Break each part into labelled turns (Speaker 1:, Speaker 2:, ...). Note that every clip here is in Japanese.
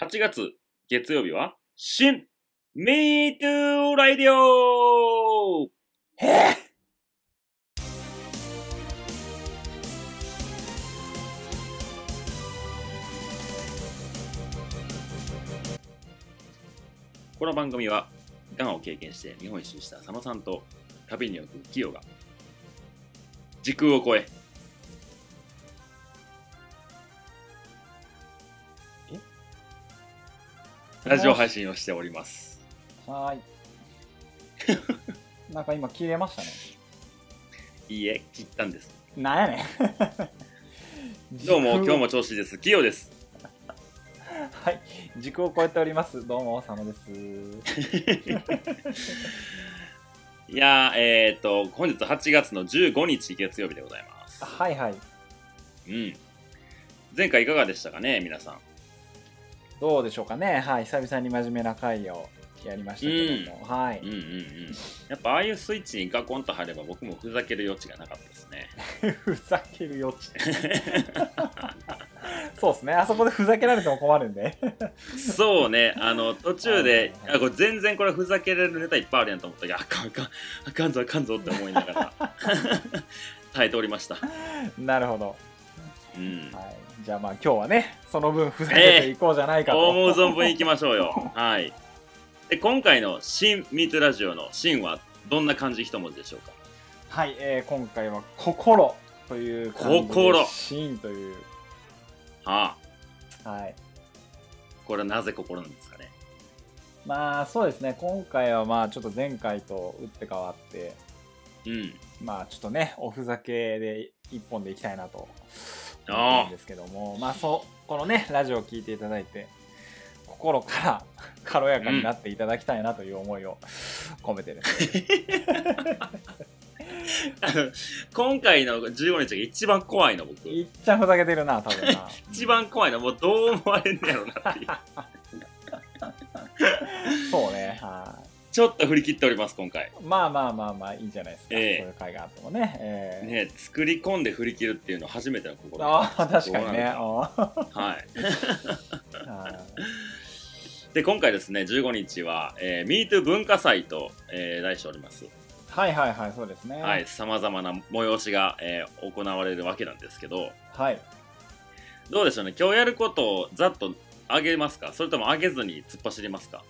Speaker 1: 8月月曜日は、新 Me Too Radio! この番組は、がんを経験して日本一周した佐野さんと、旅によく企業が、時空を超え、ラジオ配信をしております。
Speaker 2: はー い。なんか今切れましたね。
Speaker 1: いいえ、切ったんです。
Speaker 2: なんやね ん。
Speaker 1: どう も、
Speaker 2: 時
Speaker 1: 今
Speaker 2: 空
Speaker 1: 日も調子いいです。キヨです。
Speaker 2: はい。時空を超えております。どうも、佐野です。
Speaker 1: いやー、えっ、ー、と、本日8月の15日月曜日でございます。
Speaker 2: はいはい。
Speaker 1: うん。前回いかがでしたかね、皆さん。
Speaker 2: どうでしょうかね。はい。久々に真面目な会をやりましたけども。は
Speaker 1: うん
Speaker 2: い。
Speaker 1: うんうん。やっぱああいうスイッチにガコンと入れば僕もふざける余地がなかったです ね。
Speaker 2: ふざける余地。 そうですね。あそこでふざけられても困るんで。
Speaker 1: そうね、あの、途中で、
Speaker 2: はいはいはい
Speaker 1: あ、これ全然これふざけれるネタいっぱいあるやんと思ったけど、あかんあかん、あかんぞあかんぞって思いながら、 耐えておりました。
Speaker 2: なるほど。
Speaker 1: うん。
Speaker 2: はい。じゃあまあ今日はね、その分ふざけていこうじゃないかと。
Speaker 1: 思う存分いきましょう よ。はい。で、今回の新ミートラジオの新はどんな漢字一文字でしょうか
Speaker 2: はい、えー今回は「心」という漢字
Speaker 1: 心
Speaker 2: で「シーン」という、
Speaker 1: ああ、
Speaker 2: はい、
Speaker 1: これはなぜ心なんですかね。
Speaker 2: まあそうですね今回はまあちょっと前回と打って変わって
Speaker 1: うん。
Speaker 2: まあちょっとねおふざけで一本でいきたいなと
Speaker 1: あー
Speaker 2: 思うんですけどもまあそうこのねラジオを聞いていただいて心から 軽やかになっていただきたいなという思いを込めてですね、
Speaker 1: あの今回の15日が一番怖いの、僕。
Speaker 2: いっちゃんふざけてるな多分な
Speaker 1: 一番怖いの、もうどう思われんねやろな っていう。
Speaker 2: そうねはい
Speaker 1: ちょっと振り切っております、今回。
Speaker 2: まあまあまあまあいいじゃないですか、
Speaker 1: ええ
Speaker 2: そういう会があってもね、ええ
Speaker 1: ね作り込んで振り切るっていうの初めての心。
Speaker 2: ああ確かにね
Speaker 1: どはい。
Speaker 2: うんは
Speaker 1: で、今回ですね、15日は、えー、MeToo 文化祭と、えー題しております。
Speaker 2: いはいはいそうですね
Speaker 1: はい。様々な催しが、えー行われるわけなんですけど、
Speaker 2: はい
Speaker 1: どうでしょうね、今日やることをざっと上げますかそれとも上げずに突っ走りますか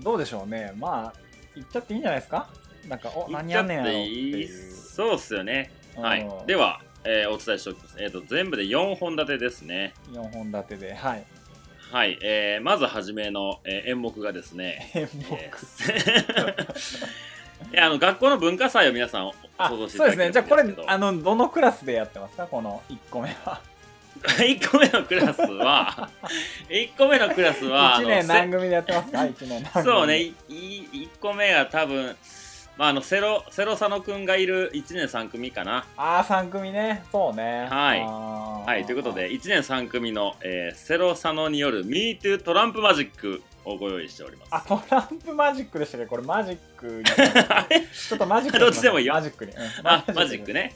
Speaker 2: どうでしょうねまあ言っちゃっていいんじゃないですかなんかお何やんねんやろって
Speaker 1: いっ
Speaker 2: い
Speaker 1: ちゃっていうそうっすよね。はい。で
Speaker 2: で
Speaker 1: は、えーお伝えしておきます。えっ、と、全部で4本立てですね。
Speaker 2: 4本立てではい
Speaker 1: はい。えーまずはじめの、えー演目がですね、
Speaker 2: 演目
Speaker 1: えー いやあの学校の文化祭を皆さんお
Speaker 2: あ
Speaker 1: 想像してい
Speaker 2: そう
Speaker 1: た
Speaker 2: で
Speaker 1: だける
Speaker 2: すねじゃあこ
Speaker 1: と思
Speaker 2: れ
Speaker 1: うんですけど
Speaker 2: あのどのクラスでやってますかこの1個 目は
Speaker 1: 1個目のクラス は1個目のクラスはあ
Speaker 2: 1
Speaker 1: の
Speaker 2: 年何組でやってますか一年何組
Speaker 1: そうね、いい1個目は多分、まあ、あのセロセロ佐野くんがいる1年3組かな。
Speaker 2: ああ3組ねそうね
Speaker 1: はい
Speaker 2: あー
Speaker 1: はい、ということで、1年3組の、えーセロ佐野による MeToo トランプマジックをご用意しておりま
Speaker 2: あ
Speaker 1: す。
Speaker 2: トランプマジックでしたっけこれマジッ クにち
Speaker 1: あれ
Speaker 2: ょっとマジックに
Speaker 1: どっちでもいいよ
Speaker 2: マジックに、うん
Speaker 1: あ、マジックね。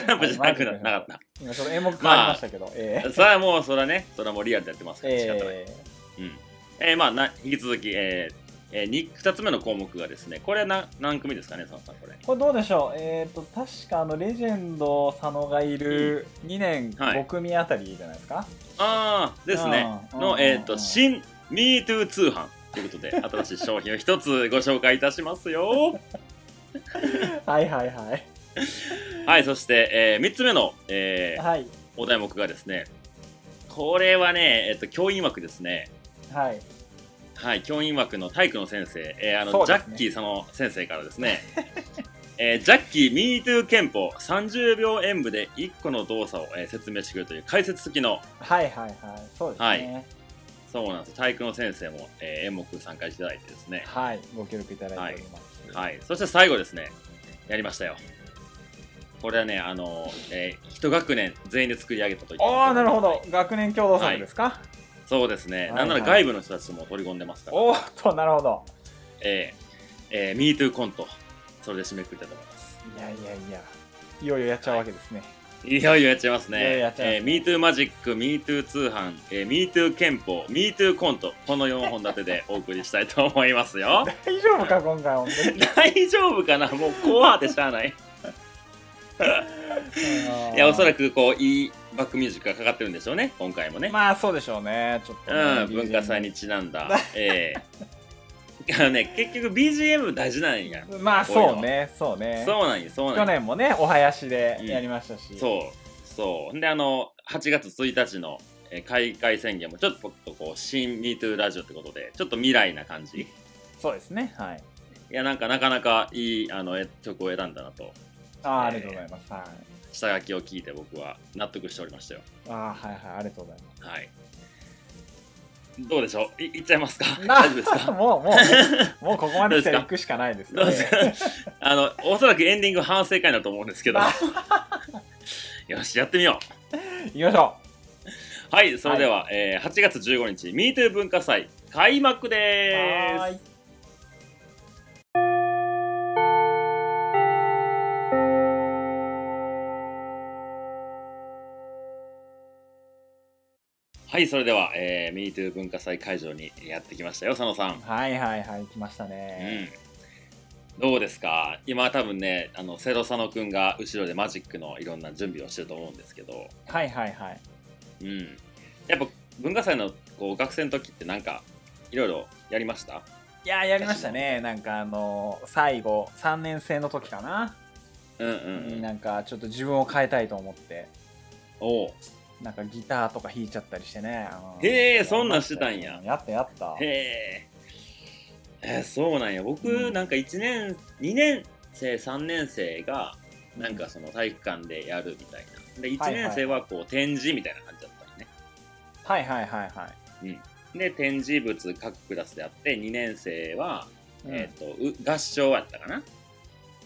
Speaker 1: ト ランプじゃなくな
Speaker 2: はいマジック
Speaker 1: なかっ
Speaker 2: 今ちょっと演目変わりましたけど、え
Speaker 1: た。さあ、もう、それはね、それはもうリアルでやってます
Speaker 2: ー、
Speaker 1: から、仕方ない。
Speaker 2: え
Speaker 1: うん。えーまあな、引き続き、えーえ 2, つ目の項目がですね、これは何何組ですかね、佐野さん、これ。
Speaker 2: ーこれどうでしょうえっ、と確かあのレジェンド佐野がいる2年
Speaker 1: はい
Speaker 2: 5組あたりじゃないですか、
Speaker 1: ああ、ですね。
Speaker 2: うん
Speaker 1: の、えっ、と、
Speaker 2: うん
Speaker 1: 新 MeToo 通販ということで、 新しい商品を一つご紹介いたします よ。
Speaker 2: はいはいはい
Speaker 1: はい、そして、え3つ目の、えー
Speaker 2: はい
Speaker 1: お題目がですね、これはね、えっ、と、教員枠ですね。
Speaker 2: はい
Speaker 1: はい、教員枠の体育の先生、えーあ
Speaker 2: そ
Speaker 1: の、
Speaker 2: う
Speaker 1: ジ
Speaker 2: で
Speaker 1: ャ
Speaker 2: すね
Speaker 1: ッキーその先生からですね、 えージャッキー MeToo 憲法30秒演舞で1個の動作を、えー説明してくれるという解説付きの
Speaker 2: はいはいはいそうですね
Speaker 1: そうなんです体育の先生も、えー演目参加していただいてですね
Speaker 2: はい、ご協力いただいております
Speaker 1: はい、そして最後ですね、やりましたよ。これはね、あの、えー一学年全員で作り上げたとい
Speaker 2: ああなるほど学年共同作ですか、
Speaker 1: そうですね、
Speaker 2: はい
Speaker 1: なんなら外部の人たちも取り込んでますから、
Speaker 2: おーっとなるほど
Speaker 1: えー、えー、MeToo コント、それで締めくくりたいと思います。
Speaker 2: いやいやいやいよいよやっちゃうわけですね、
Speaker 1: いよいよやっちゃいますね。
Speaker 2: いよいよやっちゃいます
Speaker 1: えー、MeToo マジック、MeToo 通販、えー、MeToo 憲法、MeToo コント、この4本立てでお送りしたいと思います よ。
Speaker 2: 大丈夫か今 回本当に
Speaker 1: 大丈夫かなもう怖でしゃあ ない。いや、おそらく
Speaker 2: く
Speaker 1: こう、いいバックミュージックがかかってるんでしょうね、今回もね。
Speaker 2: まあそうでしょうねちょっとね、
Speaker 1: うん、文化祭にちなんだ。ええあのね、結局 BGM 大事なんや。
Speaker 2: まあそうねそうね
Speaker 1: そうなんよ、そうな
Speaker 2: 去
Speaker 1: んよ。
Speaker 2: 年もねお囃子でやりましたし、
Speaker 1: そう、そう。で、あの、8月1日の、えー開会宣言もちょっとこう、新 MeToo ラジオってことで、ちょっと未来な感じ。い
Speaker 2: そうですねはい
Speaker 1: や、なんかなかなかいいあのえ曲を選んだなと、えー
Speaker 2: ああありがとうございます、はい
Speaker 1: 下書きを聞いて僕は納得しておりましたよ。
Speaker 2: あーはいはいありがとうございま
Speaker 1: はい。どうでしょういいっちゃいますか
Speaker 2: す
Speaker 1: 大丈夫です
Speaker 2: な
Speaker 1: か
Speaker 2: もうも うもうここまで来たら行くしかないです
Speaker 1: どう
Speaker 2: ね
Speaker 1: ですか あの、おそらくエンディング反省会だと思うんですけど。よし、やってみよう。
Speaker 2: 行きましょ
Speaker 1: はい、それでは、えー8月15日、MeToo 文化祭開幕
Speaker 2: う
Speaker 1: で
Speaker 2: はー
Speaker 1: ー
Speaker 2: い
Speaker 1: す。はい、それでは、えー、MeToo 文化祭会場にやってきましたよ、佐野さん。
Speaker 2: はいはいはい来ましたね、
Speaker 1: うん、どうですか今多分ねあの瀬戸佐野くんが後ろでマジックのいろんな準備をしてると思うんですけど、
Speaker 2: はいはいはい
Speaker 1: うん、やっぱ文化祭のこう学生の時ってなんかいろいろやりました
Speaker 2: いやーやりましたねなんかあのー最後3年生の時かな、
Speaker 1: うんうんうん
Speaker 2: なんかちょっと自分を変えたいと思って
Speaker 1: おう
Speaker 2: なんかギターとか弾いちゃったりしてねうん
Speaker 1: へーそんなんしてたんや
Speaker 2: やったやった
Speaker 1: へええーそうなんや僕、
Speaker 2: うん
Speaker 1: なんか1年2年生3年生がなんかその体育館でやるみたいなで1年生はこう展示みたいな感じだったよね、
Speaker 2: はいはいはいはい
Speaker 1: で展示物各クラスであって2年生は、
Speaker 2: うん
Speaker 1: えー、とう合唱やったかな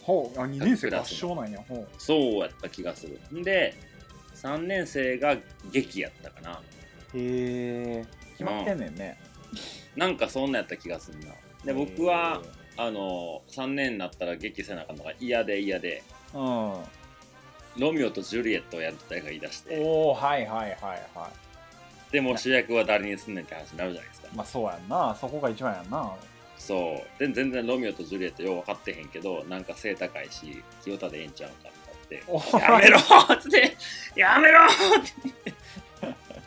Speaker 2: ほうあ2年生
Speaker 1: ク
Speaker 2: 合
Speaker 1: ラス
Speaker 2: 唱なんやほう
Speaker 1: そうやった気がするんで3年生が劇やったかな
Speaker 2: へえ決まってんねんね、
Speaker 1: なんかそんなやった気がするなで僕はあの3年になったら劇せなあかんのが嫌で嫌で
Speaker 2: うんお
Speaker 1: ロミオとジュリエットをやりたいが言い出して
Speaker 2: おーはいはいはいは
Speaker 1: でも主役は誰にすんねんって話になるじゃないですか
Speaker 2: いまあそうやんなそこが一番やんな
Speaker 1: そうで全然ロミオとジュリエットよう分かってへんけどなんか背高いし清田でええんちゃうんかってなって
Speaker 2: お
Speaker 1: やめろーっつって、やめろーって言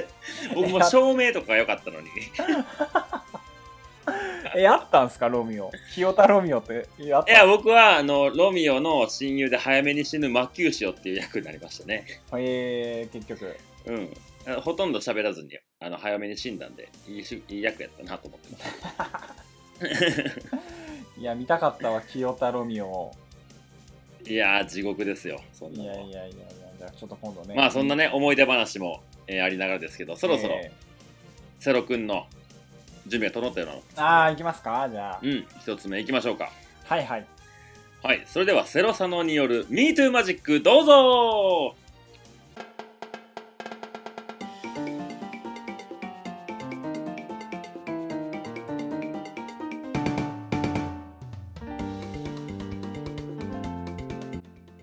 Speaker 1: って。僕も照明とか良かったのに。い
Speaker 2: えやったんすかロミオ清田ロミオってやった
Speaker 1: や、僕は、あの、ロミオの親友で早めに死ぬ魔球師っていう役になりましたね。
Speaker 2: えー、結局
Speaker 1: うん。あほとんど喋らずに、あの、早めに死んだんで、いいしいい役やったなと思ってます。
Speaker 2: いや見たかったわ清田ロミオを
Speaker 1: いやー、地獄ですよ、そんないの
Speaker 2: や
Speaker 1: は。
Speaker 2: いやいやいやじゃあちょっと今度ね
Speaker 1: まあ、そんなね、思い出話も、えーありながらですけど、そろそろ、
Speaker 2: え
Speaker 1: セロ君の準備が整ったようなの。
Speaker 2: ーああ行きますかじゃあ
Speaker 1: うん、一つ目いきましょうか。
Speaker 2: はいはい
Speaker 1: はい、それではセロサノによる MeToo マジックどうぞ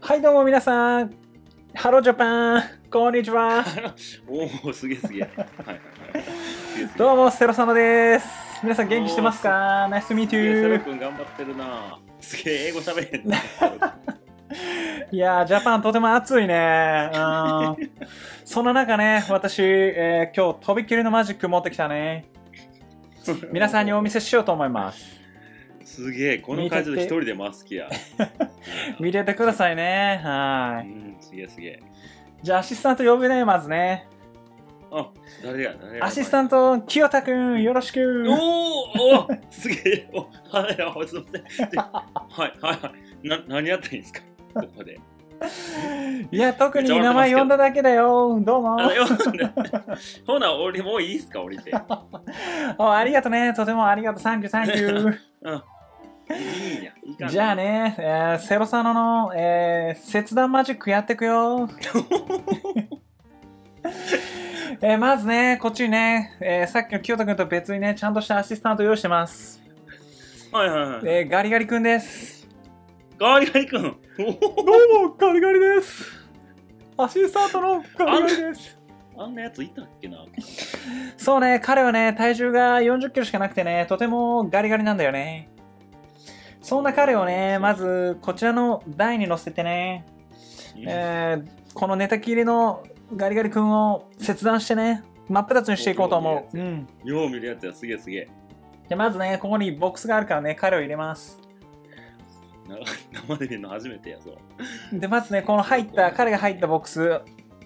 Speaker 2: はいどうも皆さんハロージャパンこんに ちは
Speaker 1: おお、すげえす げえ。はいはいはい。すげえすげえ
Speaker 2: どうもセロサノです皆さん元気してますかナイストミート
Speaker 1: すげえセ
Speaker 2: ゥ
Speaker 1: ロ
Speaker 2: ー
Speaker 1: 君頑張ってるなすげえ英語喋れへんな。セロ君
Speaker 2: いやー、ジャパンとても暑いね。うん。 そんな中ね、私、えー今日、とびっきりのマジック持ってきたね。 皆さんにお見せしようと思います。
Speaker 1: すげえ、この会場で一人で回す気 や。
Speaker 2: 見れてくださいね。
Speaker 1: う
Speaker 2: はー
Speaker 1: ん、
Speaker 2: い。
Speaker 1: すげえすげえ。
Speaker 2: じゃあ、アシスタント呼ぶね、まずね。
Speaker 1: あ、誰や誰や
Speaker 2: アシスタント、清田くん、よろしく。
Speaker 1: おーおーすげえおはい、あすいません。ではい、はい、はい。な、何やったらいいんですかここで。
Speaker 2: いや、特に名前呼んだだけだよ。どうも。
Speaker 1: あ、よかった。ほな、俺もういいっすか降りて。
Speaker 2: おありがとね。とてもありがとう。サンキュー、サンキュ
Speaker 1: いいんや。いいか
Speaker 2: ー。
Speaker 1: な
Speaker 2: じゃあね、えーセロサノの、えー切断マジックやってく よ。えーまずね、こっちにね、えーさっきの清田君と別にね、ちゃんとしたアシスタント用意してます。
Speaker 1: はいはいはい。
Speaker 2: えーガリガリ君です。
Speaker 1: ガリガリ君。おー
Speaker 2: どうも、ガリガリです。アシスタントのカリオリです。
Speaker 1: あんなやついたっけな
Speaker 2: そうね、彼はね、体重が40キロしかなくてね、とてもガリガリなんだよね。そんな彼をね、まずこちらの台に乗せてね、えーこの寝たきりのガリガリ君を切断してね、真っ二つにしていこうと思う。うん。
Speaker 1: よう見るやつやすげえすげえ。
Speaker 2: で、まずね、ここにボックスがあるからね、彼を入れます。
Speaker 1: な生で見るの初めてやぞ。
Speaker 2: で、まずね、この入った、彼が入ったボックス、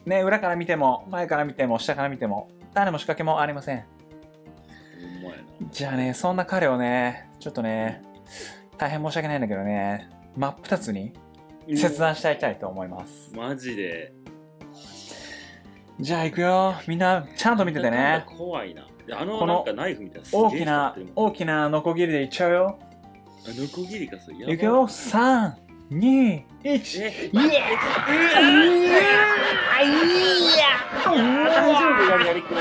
Speaker 2: ね、裏から見ても、前から見ても、下から見ても、誰も仕掛けもありません。
Speaker 1: ほんまやな。
Speaker 2: じゃあね、そんな彼をね、ちょっとね、大変申し訳ないんだけどね、真っ二つに切断していきたいと思います。
Speaker 1: マジで。
Speaker 2: じゃあ行くよ。みんな、ちゃんと見て
Speaker 1: な
Speaker 2: て
Speaker 1: ん
Speaker 2: ね
Speaker 1: か。怖いな。であの
Speaker 2: こ
Speaker 1: なん
Speaker 2: の
Speaker 1: かナイフみたいな
Speaker 2: 大きな、
Speaker 1: 大
Speaker 2: 大きなノコギリでいっちゃうよ。
Speaker 1: ノコギリかそれ。やば
Speaker 2: 行くよ。。3、2、1。
Speaker 1: え、
Speaker 2: いやいや
Speaker 1: 大丈夫ガリガリ君。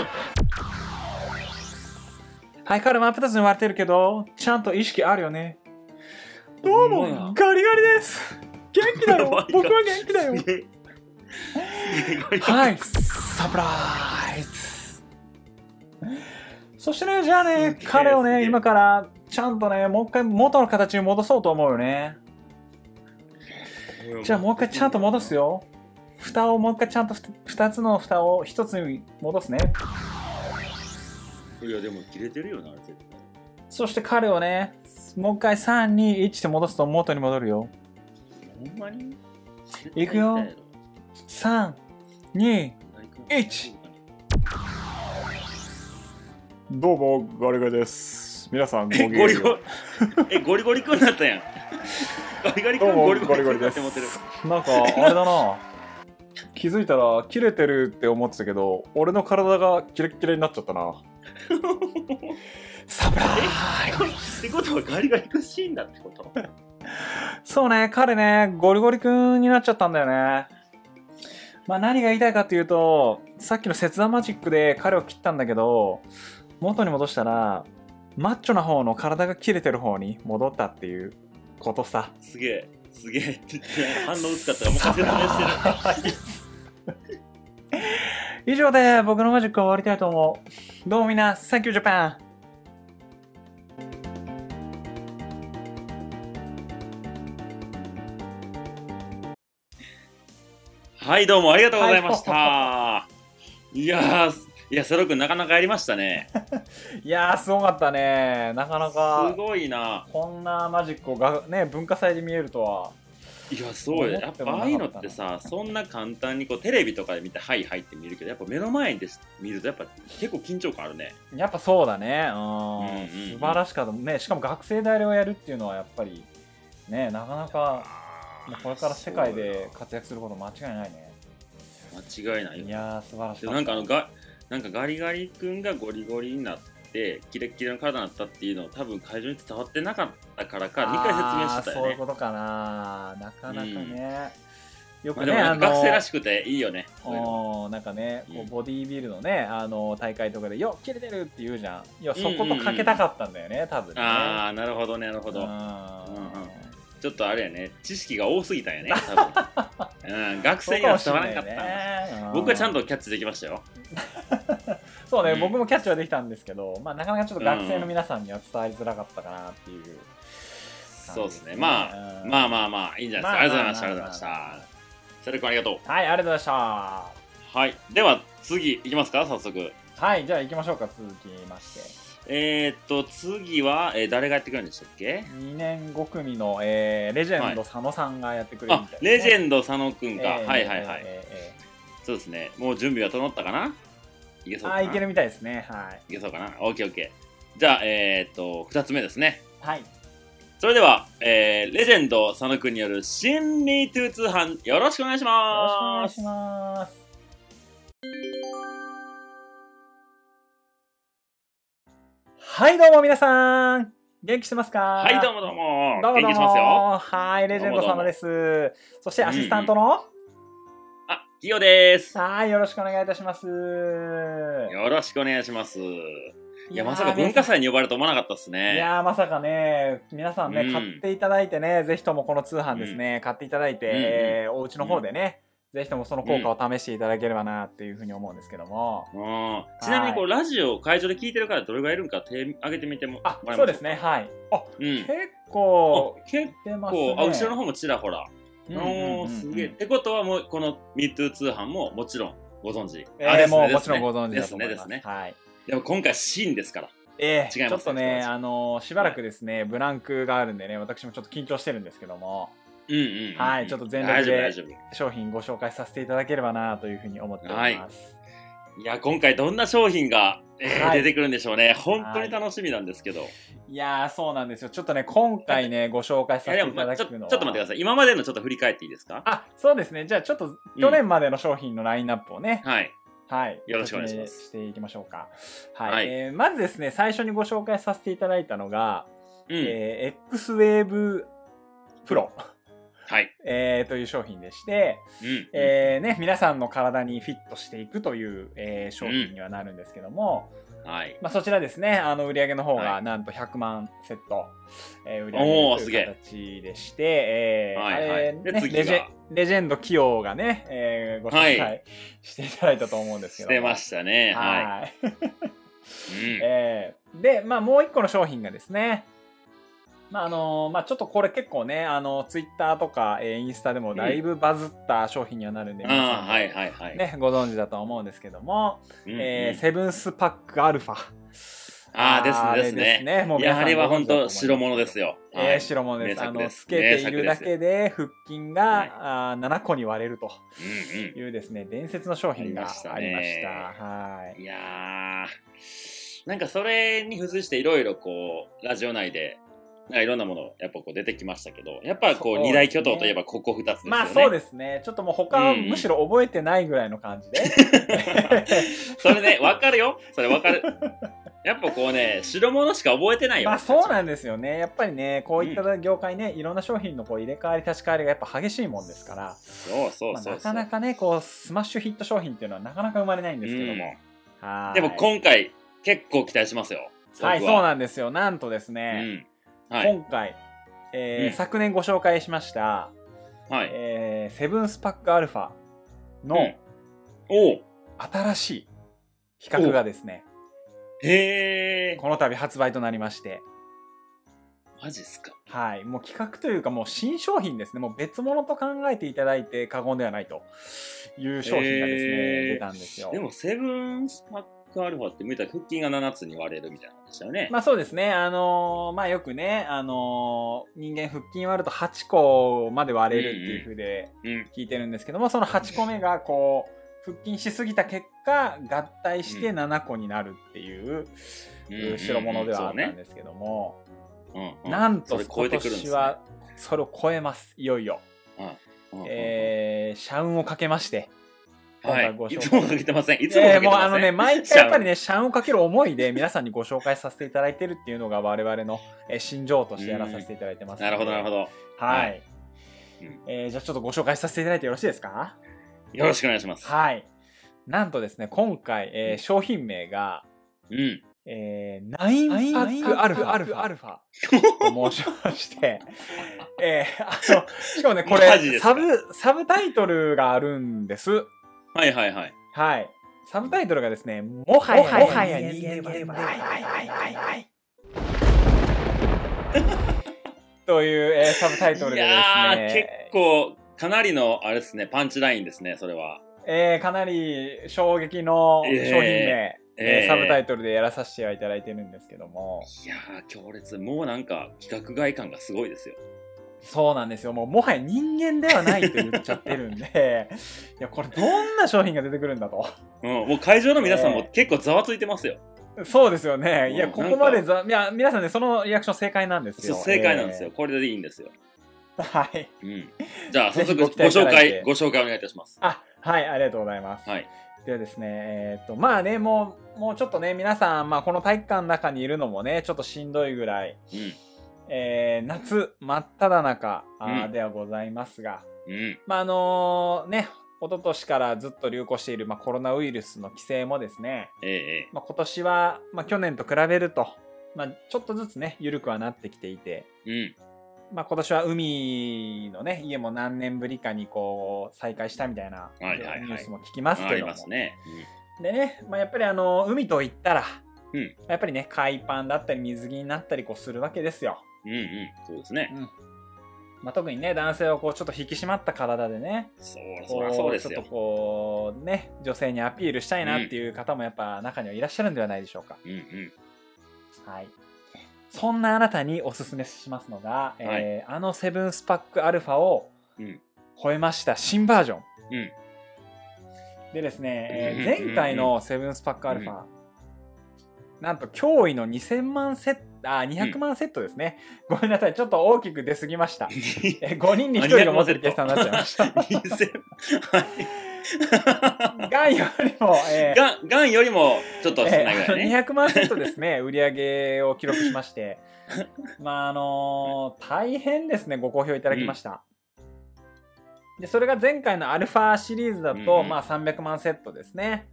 Speaker 2: はい、彼真っ二つに割れてるけど、ちゃんと意識あるよね。ど
Speaker 1: ほ
Speaker 2: う
Speaker 1: んまや
Speaker 2: も、ガリガリです。元気だ
Speaker 1: お
Speaker 2: ろ
Speaker 1: 前が。
Speaker 2: 僕は元気だよ
Speaker 1: す。げえ
Speaker 2: はい、サプライズそしてね、じゃあね
Speaker 1: すげえ、
Speaker 2: 彼を
Speaker 1: すげえ
Speaker 2: ね、今からちゃんとね、もう一回元の形に戻そうと思うよね。じゃあもう一回ちゃんと戻す。よ。蓋をもう一回ちゃんとふた二つの蓋を一つに戻すね。
Speaker 1: いやでも切れてるよな、あれ絶対。
Speaker 2: そして彼をね、もう一回3、2、1って戻すと元に戻るよ。
Speaker 1: ほんまに
Speaker 2: 行くよ。3、2、
Speaker 1: 1
Speaker 2: 一どうも、ガリガリです。皆さん、
Speaker 1: え、ゴリゴリ。え、ゴリゴリ君だったやん。ゴリゴリ君、ゴリゴリ君だって思ってる。
Speaker 2: なんかあれだな気づいたら切れてるって思ってたけど俺の体がキレッキレになっちゃった なサプライズ
Speaker 1: ってことはガリガリ君死んだってこと
Speaker 2: そうね彼ねゴリゴリ君になっちゃったんだよねまあ何が言いたいかっていうとさっきの切断マジックで彼を切ったんだけど元に戻したらマッチョな方の体が切れてる方に戻ったっていうことさ
Speaker 1: すげえ、すげえって言って反応薄かったからもう説明してる。
Speaker 2: 以上で僕のマジックは終わりたいと思う。どうもみんな、Thank you Japan!
Speaker 1: はい、どうもありがとうございました。いやー、いや、セロ君なかなかやりましたね。
Speaker 2: いやー、すごかったね。なかな
Speaker 1: す
Speaker 2: か、
Speaker 1: ごいな。
Speaker 2: こんなマジックをが、ね、文化祭で見えるとは。
Speaker 1: いや、そうよ。や
Speaker 2: 思
Speaker 1: っ
Speaker 2: って
Speaker 1: ぱあ
Speaker 2: もなかったな
Speaker 1: あいうのってさ、そんな簡単にこうテレビとかで見て、はいはいって見るけど、やっぱ目の前で見ると、やっぱ結構緊張感あるね。
Speaker 2: やっぱそうだね。
Speaker 1: うんうん
Speaker 2: う
Speaker 1: うん
Speaker 2: ん。素晴らしかった。ね、しかも学生代理をやるっていうのは、やっぱり、ね、なかなか、もうこれから世界で活躍すること間違いないね。
Speaker 1: そうよ。間違いないよ
Speaker 2: い。やー、素晴らし
Speaker 1: で
Speaker 2: い。
Speaker 1: なんかあのがなんかガリガリ君がゴリゴリになってキレッキレの体になったっていうのを多分会場に伝わってなかったからか2回説明してたよ
Speaker 2: あーそういう
Speaker 1: ね
Speaker 2: ことかな。なかなかね。よ
Speaker 1: ま
Speaker 2: く
Speaker 1: あ、
Speaker 2: ね、
Speaker 1: でもなんか
Speaker 2: あの
Speaker 1: 学生らしくていいよねそういうの
Speaker 2: おーなんかね、こ
Speaker 1: うん
Speaker 2: うボディービルのね、あの大会とかで、よっ、切れてるって言うじゃん。いや、そことかけたかったんだよね、多分ね。
Speaker 1: ああなるほどねなるほ
Speaker 2: う
Speaker 1: ど
Speaker 2: ん
Speaker 1: うんうんちょっとあれやね知識が多すぎたんやね多分、 うん、学
Speaker 2: そ
Speaker 1: 生
Speaker 2: う
Speaker 1: に
Speaker 2: か
Speaker 1: は
Speaker 2: もし
Speaker 1: 伝
Speaker 2: れ
Speaker 1: わ
Speaker 2: な
Speaker 1: ら
Speaker 2: い
Speaker 1: なかったな
Speaker 2: ね。
Speaker 1: 僕はちゃん
Speaker 2: と。
Speaker 1: とキャッチできましたよ
Speaker 2: そうね、
Speaker 1: うん
Speaker 2: 僕もキャッチはできたんですけど、まあ、なかなかちょっと学生の皆さんには伝わりづらかったかなっていう感じ、
Speaker 1: そうですねまあ
Speaker 2: あ
Speaker 1: ま
Speaker 2: あ、
Speaker 1: あまあまあいいんじゃ
Speaker 2: ま
Speaker 1: ないですか、ありがとうございましたありがとうございまし
Speaker 2: ま
Speaker 1: たセレ君ありがと
Speaker 2: あはい、ありがとうございまし
Speaker 1: うはいでは次いきますか早速
Speaker 2: た。はい、じゃあ行きましょうか、続きまして。
Speaker 1: えー、っと次は、えー誰がやってくるんでしたっけ
Speaker 2: 2年5組の、えーレジェンド佐野さんがやってくれるみ
Speaker 1: あ
Speaker 2: たいです、ね
Speaker 1: レジェンド佐野くんか、
Speaker 2: えー
Speaker 1: はいはいはい、
Speaker 2: えーえー
Speaker 1: そうですねもう準備は整ったかないけそう
Speaker 2: あ
Speaker 1: かな
Speaker 2: ーいけるみたいですね。はい。
Speaker 1: いけそうかなオッケーオッケーじゃあえー、っと2つ目ですね
Speaker 2: はい。
Speaker 1: それでは、えーレジェンド佐野くんによる心理通販よろしくお願いし
Speaker 2: よろしくお願
Speaker 1: ま
Speaker 2: い
Speaker 1: す
Speaker 2: します。はい、どうも皆さん。元気してますか
Speaker 1: はいどうもどうも
Speaker 2: どうも
Speaker 1: 元
Speaker 2: どう
Speaker 1: 気しますよ
Speaker 2: も。はい、レジェンド様です。そしてアシスタントの、
Speaker 1: あキヨです
Speaker 2: はい、よろしくお願いいたします。
Speaker 1: よろしくお願いしますい
Speaker 2: い
Speaker 1: やまさか文化
Speaker 2: 祭
Speaker 1: 祭に呼ばれると思わなかったです
Speaker 2: い
Speaker 1: ね
Speaker 2: やーまさかね、皆さんね、
Speaker 1: うん
Speaker 2: 買っていただいてね、ぜひともこの通販ですね、買っていただいて、
Speaker 1: うんうん
Speaker 2: えーお家の方でね、ぜひともその効果を試していただければなっていうふうに思うんですけども。
Speaker 1: あーちなみにこうラジオ会場で聞いてるからどれぐらいいるのか手挙げてみても
Speaker 2: あ
Speaker 1: も、らえます
Speaker 2: そうですね、はい。あ、
Speaker 1: うん
Speaker 2: 結構、
Speaker 1: 結
Speaker 2: 出ますね
Speaker 1: 構、。あ後ろの方もちらほら。
Speaker 2: うんうんうんうん
Speaker 1: おーすげえ。ってことはもうこの MeToo 通販ももちろんご存知。
Speaker 2: え
Speaker 1: あ
Speaker 2: ー
Speaker 1: ですね
Speaker 2: も
Speaker 1: で
Speaker 2: う
Speaker 1: すね
Speaker 2: もちろんご存知だと思いま
Speaker 1: で
Speaker 2: す。
Speaker 1: すねですね
Speaker 2: はい。
Speaker 1: でも今回シーンですから。
Speaker 2: え
Speaker 1: 違
Speaker 2: ー、
Speaker 1: い
Speaker 2: ち
Speaker 1: ま
Speaker 2: ょ
Speaker 1: す
Speaker 2: っと
Speaker 1: 違いま
Speaker 2: ね、
Speaker 1: す
Speaker 2: あのーしばらくですね、ブランクがあるんでね、私もちょっと緊張してるんですけども、
Speaker 1: うんうんうん
Speaker 2: はいちょっと全
Speaker 1: 大
Speaker 2: 力
Speaker 1: 丈
Speaker 2: で
Speaker 1: 夫大丈夫。
Speaker 2: 商品ご紹介させていただければなというふうに思っております。
Speaker 1: いや、今回どんな商品が、えー
Speaker 2: はい
Speaker 1: 出てくるんでしょうね。本当に楽しみなんですけど。い
Speaker 2: い、やー、そうなんですよ。ちょっとね、今回ね、ご紹介さ
Speaker 1: や、
Speaker 2: せ
Speaker 1: で
Speaker 2: て
Speaker 1: も、
Speaker 2: いた
Speaker 1: まあ
Speaker 2: だ
Speaker 1: ちょ
Speaker 2: く
Speaker 1: ちょっ
Speaker 2: のは、
Speaker 1: と待ってください。今までのちょっと振り返っていいですか
Speaker 2: あ、そうですね。じゃあちょっと去年までの商品のラインナップをね、
Speaker 1: はい。
Speaker 2: はい、
Speaker 1: よろしくお願いします
Speaker 2: 説明していきましょうか。はい、
Speaker 1: はい
Speaker 2: えーまずですね、最初にご紹介させていただいたのが、
Speaker 1: うん。
Speaker 2: えー XWave Pro、
Speaker 1: はい。
Speaker 2: えーという商品でして、
Speaker 1: うん。
Speaker 2: えーね、皆さんの体にフィットしていくという、えー商品にはなるんですけども、
Speaker 1: はい。
Speaker 2: まあ、そちらですねあの売り上げの方
Speaker 1: は
Speaker 2: がなんと100万セット、えー売り上げ
Speaker 1: おー
Speaker 2: ると
Speaker 1: すげえ
Speaker 2: いう形でして、えー
Speaker 1: はいはい
Speaker 2: あれ
Speaker 1: で
Speaker 2: ね
Speaker 1: 次が
Speaker 2: レジェレジェンド企業がね、えーご紹介、
Speaker 1: は
Speaker 2: していただいたと思うんですけ
Speaker 1: し
Speaker 2: ども
Speaker 1: てましたね。は
Speaker 2: はい、
Speaker 1: い。うん
Speaker 2: えーで、まあ、もう一個の商品がですね、まああのまあ、ちょっとこれ結構ねあのツイッターとか、えーインスタでもだいぶバズった商品にはなるんで、皆さ
Speaker 1: あ
Speaker 2: ん
Speaker 1: あ、はいはいはい。
Speaker 2: ね、ご存知だとは思うんですけども、
Speaker 1: うんうん
Speaker 2: えーセブンスパックアルファ。
Speaker 1: あ
Speaker 2: あ
Speaker 1: ー
Speaker 2: れ
Speaker 1: ですねですね。
Speaker 2: もう
Speaker 1: い
Speaker 2: 皆
Speaker 1: や、
Speaker 2: さん
Speaker 1: あれは
Speaker 2: ご存
Speaker 1: 本
Speaker 2: 知だと
Speaker 1: 当
Speaker 2: 思います
Speaker 1: 白物です。よ。は
Speaker 2: えー
Speaker 1: い
Speaker 2: 白物です。
Speaker 1: 名
Speaker 2: あ
Speaker 1: 作で
Speaker 2: の、
Speaker 1: す
Speaker 2: つけているだけで腹筋が、
Speaker 1: はい
Speaker 2: あー7個に割れると
Speaker 1: うん
Speaker 2: いうですね、伝説の商品がありました。
Speaker 1: ありましたね
Speaker 2: は
Speaker 1: うん。
Speaker 2: い。
Speaker 1: いやー、なんかそれに付随していろいろこう、ラジオ内で、なんかいろんなもの、やっぱこう出てきましたけど、やっぱこ
Speaker 2: そ
Speaker 1: う、
Speaker 2: うですね
Speaker 1: 二大巨頭といえばここ二つですよね。
Speaker 2: まあそう
Speaker 1: で
Speaker 2: ですね。ちょっともう他はむしろ覚えてないぐらいの感じで。
Speaker 1: す。 それね、わかるよ。それわかる。やっぱこうね、白物しか覚え てないよ。
Speaker 2: まあそうなんですよね。やっぱりね、こういった業界ね、いろんな商品のこう入れ替わり立ち替わりがやっぱ激しいもんですから。
Speaker 1: そうそう
Speaker 2: まあ
Speaker 1: そう
Speaker 2: な
Speaker 1: そ
Speaker 2: か
Speaker 1: う。
Speaker 2: なかねこうスマッシュヒット商品っていうのはなかなか生まれないんですけども、
Speaker 1: うん
Speaker 2: はーい
Speaker 1: でも今回、結構期待しますよ。
Speaker 2: はい
Speaker 1: 僕
Speaker 2: そうなんですよなんとです
Speaker 1: う
Speaker 2: ね、
Speaker 1: ん。はい。
Speaker 2: 今回、えー
Speaker 1: うん
Speaker 2: 昨年ご紹介しました、
Speaker 1: はい。
Speaker 2: えーセブンスパックアルファ
Speaker 1: うん
Speaker 2: の
Speaker 1: おう
Speaker 2: 新しい比較がですね、
Speaker 1: へえ。
Speaker 2: この度発売となりまして
Speaker 1: マジっすか。
Speaker 2: はいもう企画というかもう新商品ですねもう別物と考えていただいて過言ではないという商品がですね、
Speaker 1: へー
Speaker 2: 出たんですよ
Speaker 1: でも、セブンスパックアルファって見たら腹筋が7つに割れるみたいなんでしたよね。
Speaker 2: まあそうですね。あのーまあよくね、あのー人間腹筋割ると8個まで割れるっていう風で
Speaker 1: うん。
Speaker 2: 聞いてるんですけども、その8個目がこう、腹筋しすぎた結果、合体して
Speaker 1: うん
Speaker 2: 7個になるっていう、
Speaker 1: うんうんうん
Speaker 2: 代物ではあった
Speaker 1: そうんね
Speaker 2: ですけども、
Speaker 1: うんうん
Speaker 2: なんと
Speaker 1: それ超え
Speaker 2: 今
Speaker 1: てくるんですね
Speaker 2: 年はそれを超えます、いよいよ。
Speaker 1: うんうんうん
Speaker 2: えー、社運をかけまして。今回ご
Speaker 1: はい。
Speaker 2: 紹
Speaker 1: い
Speaker 2: 介
Speaker 1: つもかけてません。いつもか
Speaker 2: え
Speaker 1: け
Speaker 2: ー
Speaker 1: てません。
Speaker 2: もうあのね、毎回やっぱりね、シャンをかける思いで皆さんにご紹介させていただいてるっていうのが我々の、えー、心情としてやらさせていただいてます
Speaker 1: なるほど、なるほ
Speaker 2: ど。
Speaker 1: ど。
Speaker 2: はい。
Speaker 1: うん
Speaker 2: えーじゃあちょっとご紹介させていただいてよろしいですか
Speaker 1: よろしくお願いします。
Speaker 2: はい。なんとですね、今回、え
Speaker 1: うん
Speaker 2: ー商品名が、
Speaker 1: うん。
Speaker 2: えー、ナインパックアルファアルファアルファと申しまして、 えー、あの、しかもね、こ
Speaker 1: マジで
Speaker 2: れ、
Speaker 1: すか
Speaker 2: サブ、サブタイトルがあるんです。
Speaker 1: はいはいはい。
Speaker 2: はい。サブタイトルがですね、もはや
Speaker 3: もはや
Speaker 2: 人間では
Speaker 3: 人間では
Speaker 2: な
Speaker 3: ないい
Speaker 2: はいはいはいはい。 という、えーサブタイトル
Speaker 1: い
Speaker 2: でで
Speaker 1: やー、結
Speaker 2: すね、
Speaker 1: 構、かなりの、あれですね、パンチラインですね、それは。
Speaker 2: えーかなり衝撃の商品名、えーサブタ
Speaker 1: イ
Speaker 2: イトルでやらさせていただいてるんですけども、
Speaker 1: いやー、強烈。もうなんか、企画外感がすごいですよ。
Speaker 2: そうなんですよ。もうもはや人間ではないと言っちゃってるんで、 いや、これどんな商品が出てくるんだと。
Speaker 1: うん。もう会場の皆さん
Speaker 2: え
Speaker 1: も
Speaker 2: ー
Speaker 1: 結構ざわついてますよ。
Speaker 2: そうですよね。いや、
Speaker 1: うん
Speaker 2: ここまでざ、いや、皆さんね、そのリアクション正解なんです
Speaker 1: そう
Speaker 2: よ。
Speaker 1: 正解なんですよ。
Speaker 2: え
Speaker 1: これでいいんですよ。
Speaker 2: ー。はい。
Speaker 1: うんじゃあ早速
Speaker 2: ぜひ
Speaker 1: ご
Speaker 2: ご期待い
Speaker 1: 紹
Speaker 2: ただい
Speaker 1: 介
Speaker 2: て
Speaker 1: ご紹介お願いいたします。
Speaker 2: あはいありがとうございます、
Speaker 1: はい。
Speaker 2: ではですねえっとまあねもうもうちょっとね皆さん、まあ、この体育館の中にいるのもねちょっとしんどいぐらい、
Speaker 1: うん
Speaker 2: えー夏真っ只中あー
Speaker 1: うん
Speaker 2: ではございますが、
Speaker 1: うん
Speaker 2: まああのね一昨年からずっと流行している、まあ、コロナウイルスの規制もですね、
Speaker 1: えええ
Speaker 2: まあ、今年は、まあ、去年と比べると、まあ、ちょっとずつね緩くはなってきていて、
Speaker 1: え
Speaker 2: まあ、今年は海のね、家も何年ぶりかにこう再開したみたいなニ
Speaker 1: はいはいはい
Speaker 2: ュースも聞きます
Speaker 1: あ
Speaker 2: け
Speaker 1: り
Speaker 2: ども、
Speaker 1: ますね。
Speaker 2: でね、まあ、やっぱりあの海といったら、
Speaker 1: うん
Speaker 2: やっぱりね、海パンだったり水着になったりこうするわけですよ。
Speaker 1: うん、うん、うん、そうですね。
Speaker 2: まあ、特にね、男性はこうちょっと引き締まった体でね、
Speaker 1: そう、そ
Speaker 2: こ
Speaker 1: りゃ
Speaker 2: う
Speaker 1: そうです
Speaker 2: ちょ
Speaker 1: よ
Speaker 2: っと。こうね、女性にアピールしたいなっていう方もやっぱ中にはいらっしゃるんではないでしょうか。
Speaker 1: うん、うん。
Speaker 2: はい。そんなあなたにおすすめしますのが、えーあのセブンスパックアルファを
Speaker 1: うん
Speaker 2: 超えました新バージョン。
Speaker 1: うん
Speaker 2: でですね、
Speaker 1: うん
Speaker 2: えー前回のセブンスパックアルファ、なんと驚異の2000万セット、あ、200万セットですね。ごめんなさい、ちょっと大きく出すぎました。え5人に1人が持ってる計算になっちゃいました。
Speaker 1: 2000は
Speaker 2: ガンよりも、えー
Speaker 1: い。がん、がんよりも、ちょっと少
Speaker 2: え
Speaker 1: ないぐらい
Speaker 2: え
Speaker 1: ね。
Speaker 2: あの200万セットですね、売 り上げを記録しまして、まああのー大変ですね、ご好評いただきました。でそれが前回のアルファシリーズだと、
Speaker 1: うんうん
Speaker 2: まあ、300万セットですね。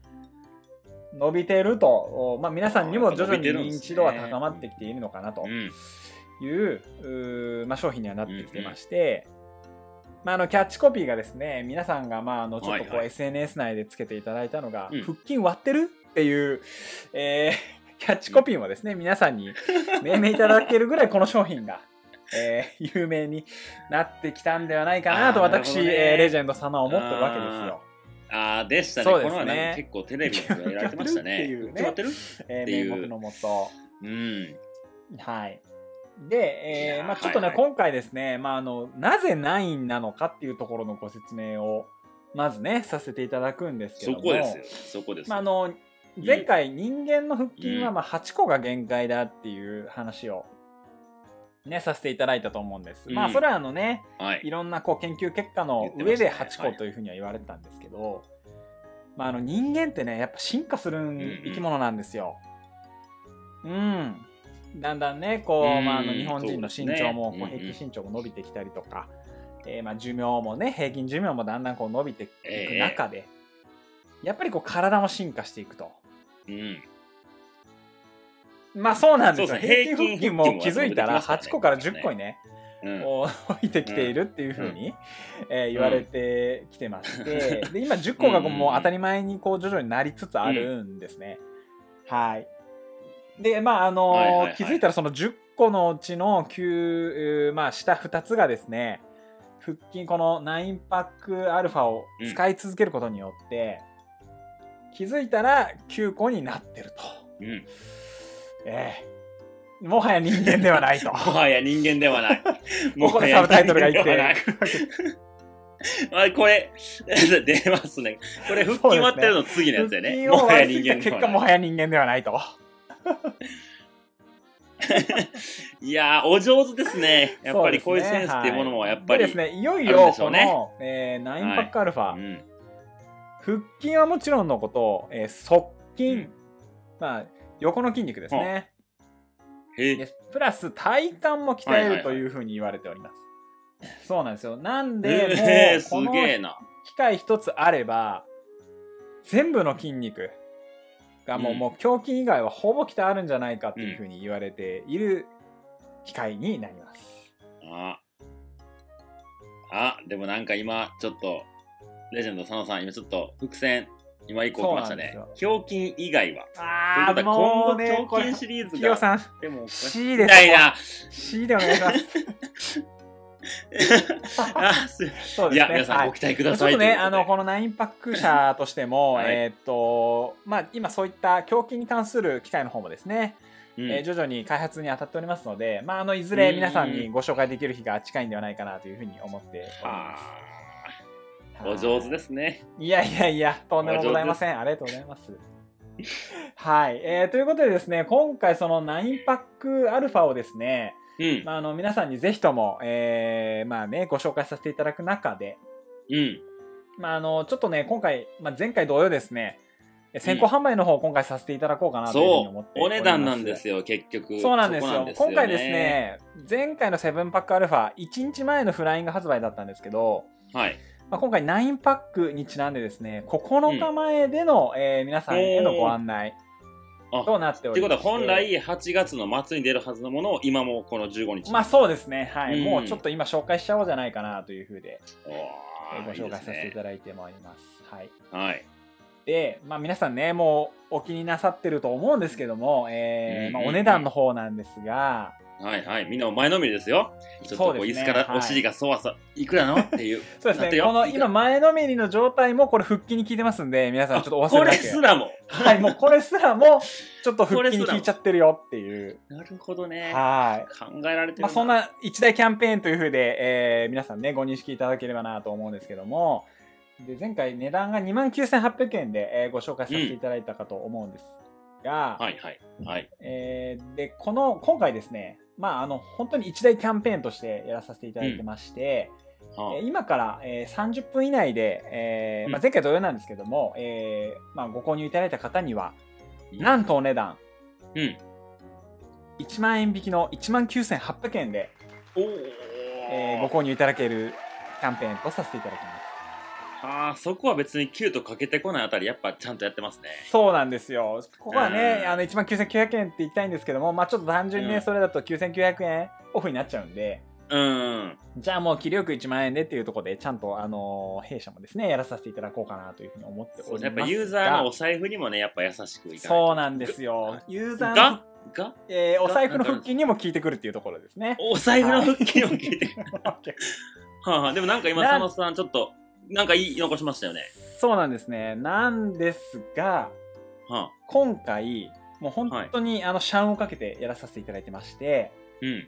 Speaker 2: 伸びてると、おまあ、皆さんにも徐々に認知度は高まってきているのかなと
Speaker 1: うん。
Speaker 2: いう、うーまあ、商品にはなってきてまして、まあ、あのキャッチコピーがですね皆さんがまああのちょっ
Speaker 1: は
Speaker 2: と
Speaker 1: い
Speaker 2: こ
Speaker 1: は
Speaker 2: う
Speaker 1: い
Speaker 2: SNS 内でつけていただいたのが「
Speaker 1: うん
Speaker 2: 腹筋割ってる?」っていう、え ーキャッチコピーもですね皆さんに命名いただけるぐらいこの商品が。えー有名になってきたんではないかなと
Speaker 1: あーなるほ
Speaker 2: 私、
Speaker 1: どね
Speaker 2: えーレジェンド様は思ってるわけですよ。
Speaker 1: あーでしたね。
Speaker 2: そうですね
Speaker 1: この前なんか結構テレビでもやられてました ね。決ま
Speaker 2: 浮気
Speaker 1: っ
Speaker 2: ってて
Speaker 1: る
Speaker 2: えー
Speaker 1: っていう
Speaker 2: 名目のもと。
Speaker 1: うん。
Speaker 2: はい。で、
Speaker 1: い
Speaker 2: え
Speaker 1: や
Speaker 2: ー
Speaker 1: ー
Speaker 2: まあ、ちょっとね、
Speaker 1: はいはい
Speaker 2: 今回ですね、まあ、あのなぜ9なのかっていうところのご説明をまずねさせていただくんですけど
Speaker 1: そ
Speaker 2: も
Speaker 1: こですよ。そこですよ。
Speaker 2: まあ、あの前回人間の腹筋はまあ8個が限界だっていう話を、ね、させていただいたと思うんです。
Speaker 1: うん
Speaker 2: まあそれはあのね
Speaker 1: はい
Speaker 2: い。ろんなこう研究結果の
Speaker 1: 言
Speaker 2: 上
Speaker 1: って
Speaker 2: で
Speaker 1: ましたね
Speaker 2: 8個というふうには言われてたんですけど、まあ、あの人間ってねやっぱ進化する
Speaker 1: んうん
Speaker 2: 生き物なんですよ。うん。だんだんねこ
Speaker 1: う
Speaker 2: う、
Speaker 1: ん
Speaker 2: まあ、あの日本人の
Speaker 1: そう
Speaker 2: 身
Speaker 1: ですね
Speaker 2: 長もこう
Speaker 1: うんうん
Speaker 2: 平均身長も伸びてきたりとか、えーまあ、寿命もね平均寿命もだんだんこう伸びていく中で、やっぱりこう体も進化していくと。
Speaker 1: うん。
Speaker 2: まあそうなんですよ
Speaker 1: そうですね
Speaker 2: 平均腹筋
Speaker 1: 平均
Speaker 2: も
Speaker 1: 腹
Speaker 2: 気
Speaker 1: 筋も
Speaker 2: づいた
Speaker 1: 伸びてま
Speaker 2: ら
Speaker 1: すからね
Speaker 2: 8個から10個にね
Speaker 1: うん。
Speaker 2: こう置いてきているっていうふうに、えー言われてきて まして、で今10個がこう
Speaker 1: うん
Speaker 2: もう当たり前にこう徐々になりつつあるんですね。はいでまああの
Speaker 1: は
Speaker 2: ー
Speaker 1: いはいはい
Speaker 2: 気づいたらその10個のうちの9、えーまあ、下2つがですね腹筋この9パックアルファを使い続けることによって、気づいたら9個になってると。
Speaker 1: うん。
Speaker 2: ええもはや人間ではない と。
Speaker 1: もはや人間では ない。
Speaker 2: もうこのサブタイトルが言って
Speaker 1: ない。 あこれ、 出ますね。これ、腹筋割ってるの次のやつだよね。
Speaker 2: 腹筋
Speaker 1: も
Speaker 2: を
Speaker 1: はや
Speaker 2: 割り
Speaker 1: 人
Speaker 2: 切
Speaker 1: 間で
Speaker 2: った結
Speaker 1: は
Speaker 2: 果も
Speaker 1: ない。
Speaker 2: はや人間ではないと。
Speaker 1: いやー、お上手ですね。やっぱりこういう
Speaker 2: そ
Speaker 1: セ
Speaker 2: で
Speaker 1: ンス
Speaker 2: すね
Speaker 1: っていうものもやっぱり。
Speaker 2: はいでですね、いよい
Speaker 1: あるん
Speaker 2: よ
Speaker 1: でしょ
Speaker 2: こ
Speaker 1: うね
Speaker 2: の、えーナインパックアルファ、
Speaker 1: うん。
Speaker 2: 腹筋はもちろんのこと、えー側筋、
Speaker 1: うん
Speaker 2: まあ横の筋肉ですね。
Speaker 1: へ
Speaker 2: で
Speaker 1: え。
Speaker 2: プラス体幹も鍛えると
Speaker 1: はいはいはい
Speaker 2: いうふうに言われております。そうなんですよ。なん
Speaker 1: へ
Speaker 2: で、
Speaker 1: ー
Speaker 2: もう
Speaker 1: す
Speaker 2: この
Speaker 1: げえな。
Speaker 2: 機械一つあれば全部の筋肉がもう,、
Speaker 1: うん
Speaker 2: もう胸筋以外はほぼ鍛えるんじゃないかっていうふうに言われている機械になります。
Speaker 1: あ、あ、でもなんか今、ちょっと、レジェンド佐野さん、今ちょっと、伏線、今以降来ましたね
Speaker 2: そうなん。
Speaker 1: 胸筋以外は。
Speaker 2: あ
Speaker 1: と
Speaker 2: あ
Speaker 1: いうこ
Speaker 2: も
Speaker 1: と
Speaker 2: う
Speaker 1: は
Speaker 2: ね
Speaker 1: 今後、
Speaker 2: こ
Speaker 1: 胸
Speaker 2: れ
Speaker 1: 筋シリーズ
Speaker 2: 企業
Speaker 1: が、
Speaker 2: さん
Speaker 1: でも、
Speaker 2: C
Speaker 1: み
Speaker 2: で
Speaker 1: たい
Speaker 2: す。
Speaker 1: な。
Speaker 2: C でお願いします。
Speaker 1: あす
Speaker 2: そう
Speaker 1: い
Speaker 2: です
Speaker 1: や、
Speaker 2: ね。
Speaker 1: 皆さんご期待くだ
Speaker 2: ちょ
Speaker 1: さ
Speaker 2: っ
Speaker 1: い
Speaker 2: と
Speaker 1: という
Speaker 2: ね、
Speaker 1: ことで。
Speaker 2: あのこのナインパック社としても、
Speaker 1: はい
Speaker 2: えーっとまあ今そういった胸筋に関する機械の方もですね、
Speaker 1: うん
Speaker 2: えー徐々に開発に当たっておりますので、まああのいずれ皆さん
Speaker 1: う
Speaker 2: にご紹介できる日が近いんではないかなというふうに思っており
Speaker 1: は
Speaker 2: ます。。
Speaker 1: あお上手ですすね。
Speaker 2: いやいやいや、とんでもございません。ありがとうございます。はい、えーということでですね、今回その9パックアルファをですね、
Speaker 1: うん。
Speaker 2: まあ、あの皆さんにぜひとも、えーまあね、ご紹介させていただく中で、
Speaker 1: うん。
Speaker 2: まあ、あのちょっとね今回、まあ、前回同様ですねえ先行販売の方を今回させていただこうかなというふうに
Speaker 1: そ
Speaker 2: 思っ
Speaker 1: う
Speaker 2: て。
Speaker 1: お値段なんです
Speaker 2: よ
Speaker 1: よ、結局。
Speaker 2: そうなんですよ
Speaker 1: こ
Speaker 2: 今回です。ね前回のセブンパックアルファ1日前のフライング発売だったんですけど、
Speaker 1: はい。
Speaker 2: まあ、今回9パックにちなんでですね9日前での、えー皆さんへのご案内
Speaker 1: あ
Speaker 2: となってお
Speaker 1: って
Speaker 2: り
Speaker 1: こ
Speaker 2: ま
Speaker 1: と
Speaker 2: す
Speaker 1: は本来8月の末に出るはずのものを今もこの15日に
Speaker 2: まあそうですねはい、
Speaker 1: うん
Speaker 2: もうちょっと今紹介しちゃおうじゃないかなというふうで
Speaker 1: おー
Speaker 2: えーご
Speaker 1: いい
Speaker 2: 紹
Speaker 1: で
Speaker 2: 介
Speaker 1: す
Speaker 2: させてい
Speaker 1: ね
Speaker 2: ただいてまいりますはい
Speaker 1: はい
Speaker 2: で、まあ、皆さんねもうお気になさってると思うんですけども、えーまあ、
Speaker 1: うんうんうん
Speaker 2: お値段の方なんですが
Speaker 1: はいはいみんなお前のみですよちょっとこ
Speaker 2: そう
Speaker 1: う椅
Speaker 2: ですね
Speaker 1: 子からお尻がそわそわ、い、くらのっていう
Speaker 2: そうです
Speaker 1: なって
Speaker 2: ね
Speaker 1: よ
Speaker 2: この今前のめりの状態もこれ腹筋に効いてますんで皆さんちょっと お忘
Speaker 1: こ
Speaker 2: れな
Speaker 1: れ
Speaker 2: く
Speaker 1: すらも
Speaker 2: はいもうこれすらもちょっと腹筋に効いちゃってるよっていう
Speaker 1: なるほどね
Speaker 2: はい
Speaker 1: 考えられてる
Speaker 2: まあ、そんな一大キャンペーンというふうで、えー皆さんねご認識いただければなと思うんですけどもで前回値段が2万9800円で、えーご紹介させていただいたかと思うんですが、
Speaker 1: はいはいはい
Speaker 2: えーでこの今回ですねまああの本当に一大キャンペーンとしてやらさせていただいてまして、
Speaker 1: は
Speaker 2: えー今から、えー30分以内で、えーまあ、前回同様なんですけども、えーまあ、ご購入いただいた方にはなんとお値段
Speaker 1: あうん
Speaker 2: 1万円引きの1万9800円で
Speaker 1: おお、
Speaker 2: えーご購入いただけるキャンペーンとさせていただきま
Speaker 1: あーそこは別にキューとかけてこないあたりやっぱちゃんとやってますね
Speaker 2: す。そうなんですよ。ここはね、
Speaker 1: うん
Speaker 2: あの1万9900円って言いたいんですけども、まあちょっと単純に
Speaker 1: う
Speaker 2: ね、
Speaker 1: ん
Speaker 2: それだと9900円オフになっちゃうんで、
Speaker 1: うん
Speaker 2: じゃあもう切りよく1万円でっていうところで、ちゃんと、あのー弊社もですね、やらさせていただこうかなというふうに思って
Speaker 1: そ
Speaker 2: お
Speaker 1: う
Speaker 2: ります
Speaker 1: やっぱユーザーのお財布にもねやっぱ優しくいかない
Speaker 2: そうなんですよ。ユーザーの
Speaker 1: が、が
Speaker 2: えーお財布の腹筋にも効いてくるっていうところですね。
Speaker 1: お財布の腹筋を聞いてはあはあでもなんか今
Speaker 2: な
Speaker 1: 佐
Speaker 2: ん
Speaker 1: 野さんちょっとなんか言い残しましたよね
Speaker 2: そうなんですね。なんですが、
Speaker 1: はあ
Speaker 2: 今回、もう本当に、あの、シャンをかけてやらさせていただいてまして、
Speaker 1: うん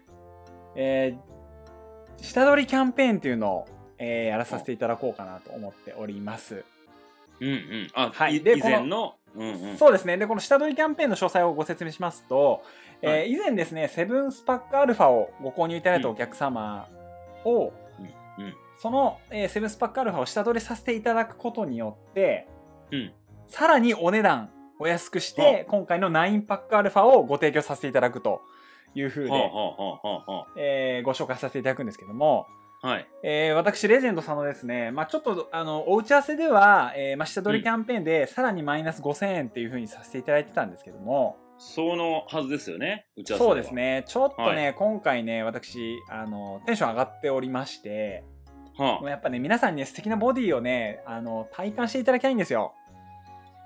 Speaker 2: えー下取りキャンペーンっていうのを、えーやらさせていただこうかなと思っております。
Speaker 1: うんうんあ、
Speaker 2: はい
Speaker 1: い、
Speaker 2: で
Speaker 1: 以前のうんうん
Speaker 2: そうですね。で、この下取りキャンペーンの詳細をご説明しますと、えー
Speaker 1: は
Speaker 2: 以前ですね、セブンスパックアルファをご購入いただいたお客様を、
Speaker 1: うんうん
Speaker 2: その、えーセブンスパックアルファを下取りさせていただくことによって、
Speaker 1: うん
Speaker 2: さらにお値段お安くして、今回の9パックアルファをご提供させていただくというふうで、
Speaker 1: はあはあはあはあは
Speaker 2: えーご紹介させていただくんですけども、
Speaker 1: あはい
Speaker 2: えー私、レジェンドさんのですね、まあ、ちょっとあのお打ち合わせでは、えーまあ、下取りキャンペーンでさらにマイナス5000円っていう風にさせていただいてたんですけども、
Speaker 1: そのはずですよね打ち合わせは
Speaker 2: そうですね、ちょっとね、
Speaker 1: は
Speaker 2: 今回ね、私あの、テンション上がっておりまして、
Speaker 1: は
Speaker 2: もうやっぱね、皆さんにね、素敵なボディをね、あの体感していただきたいんですよ。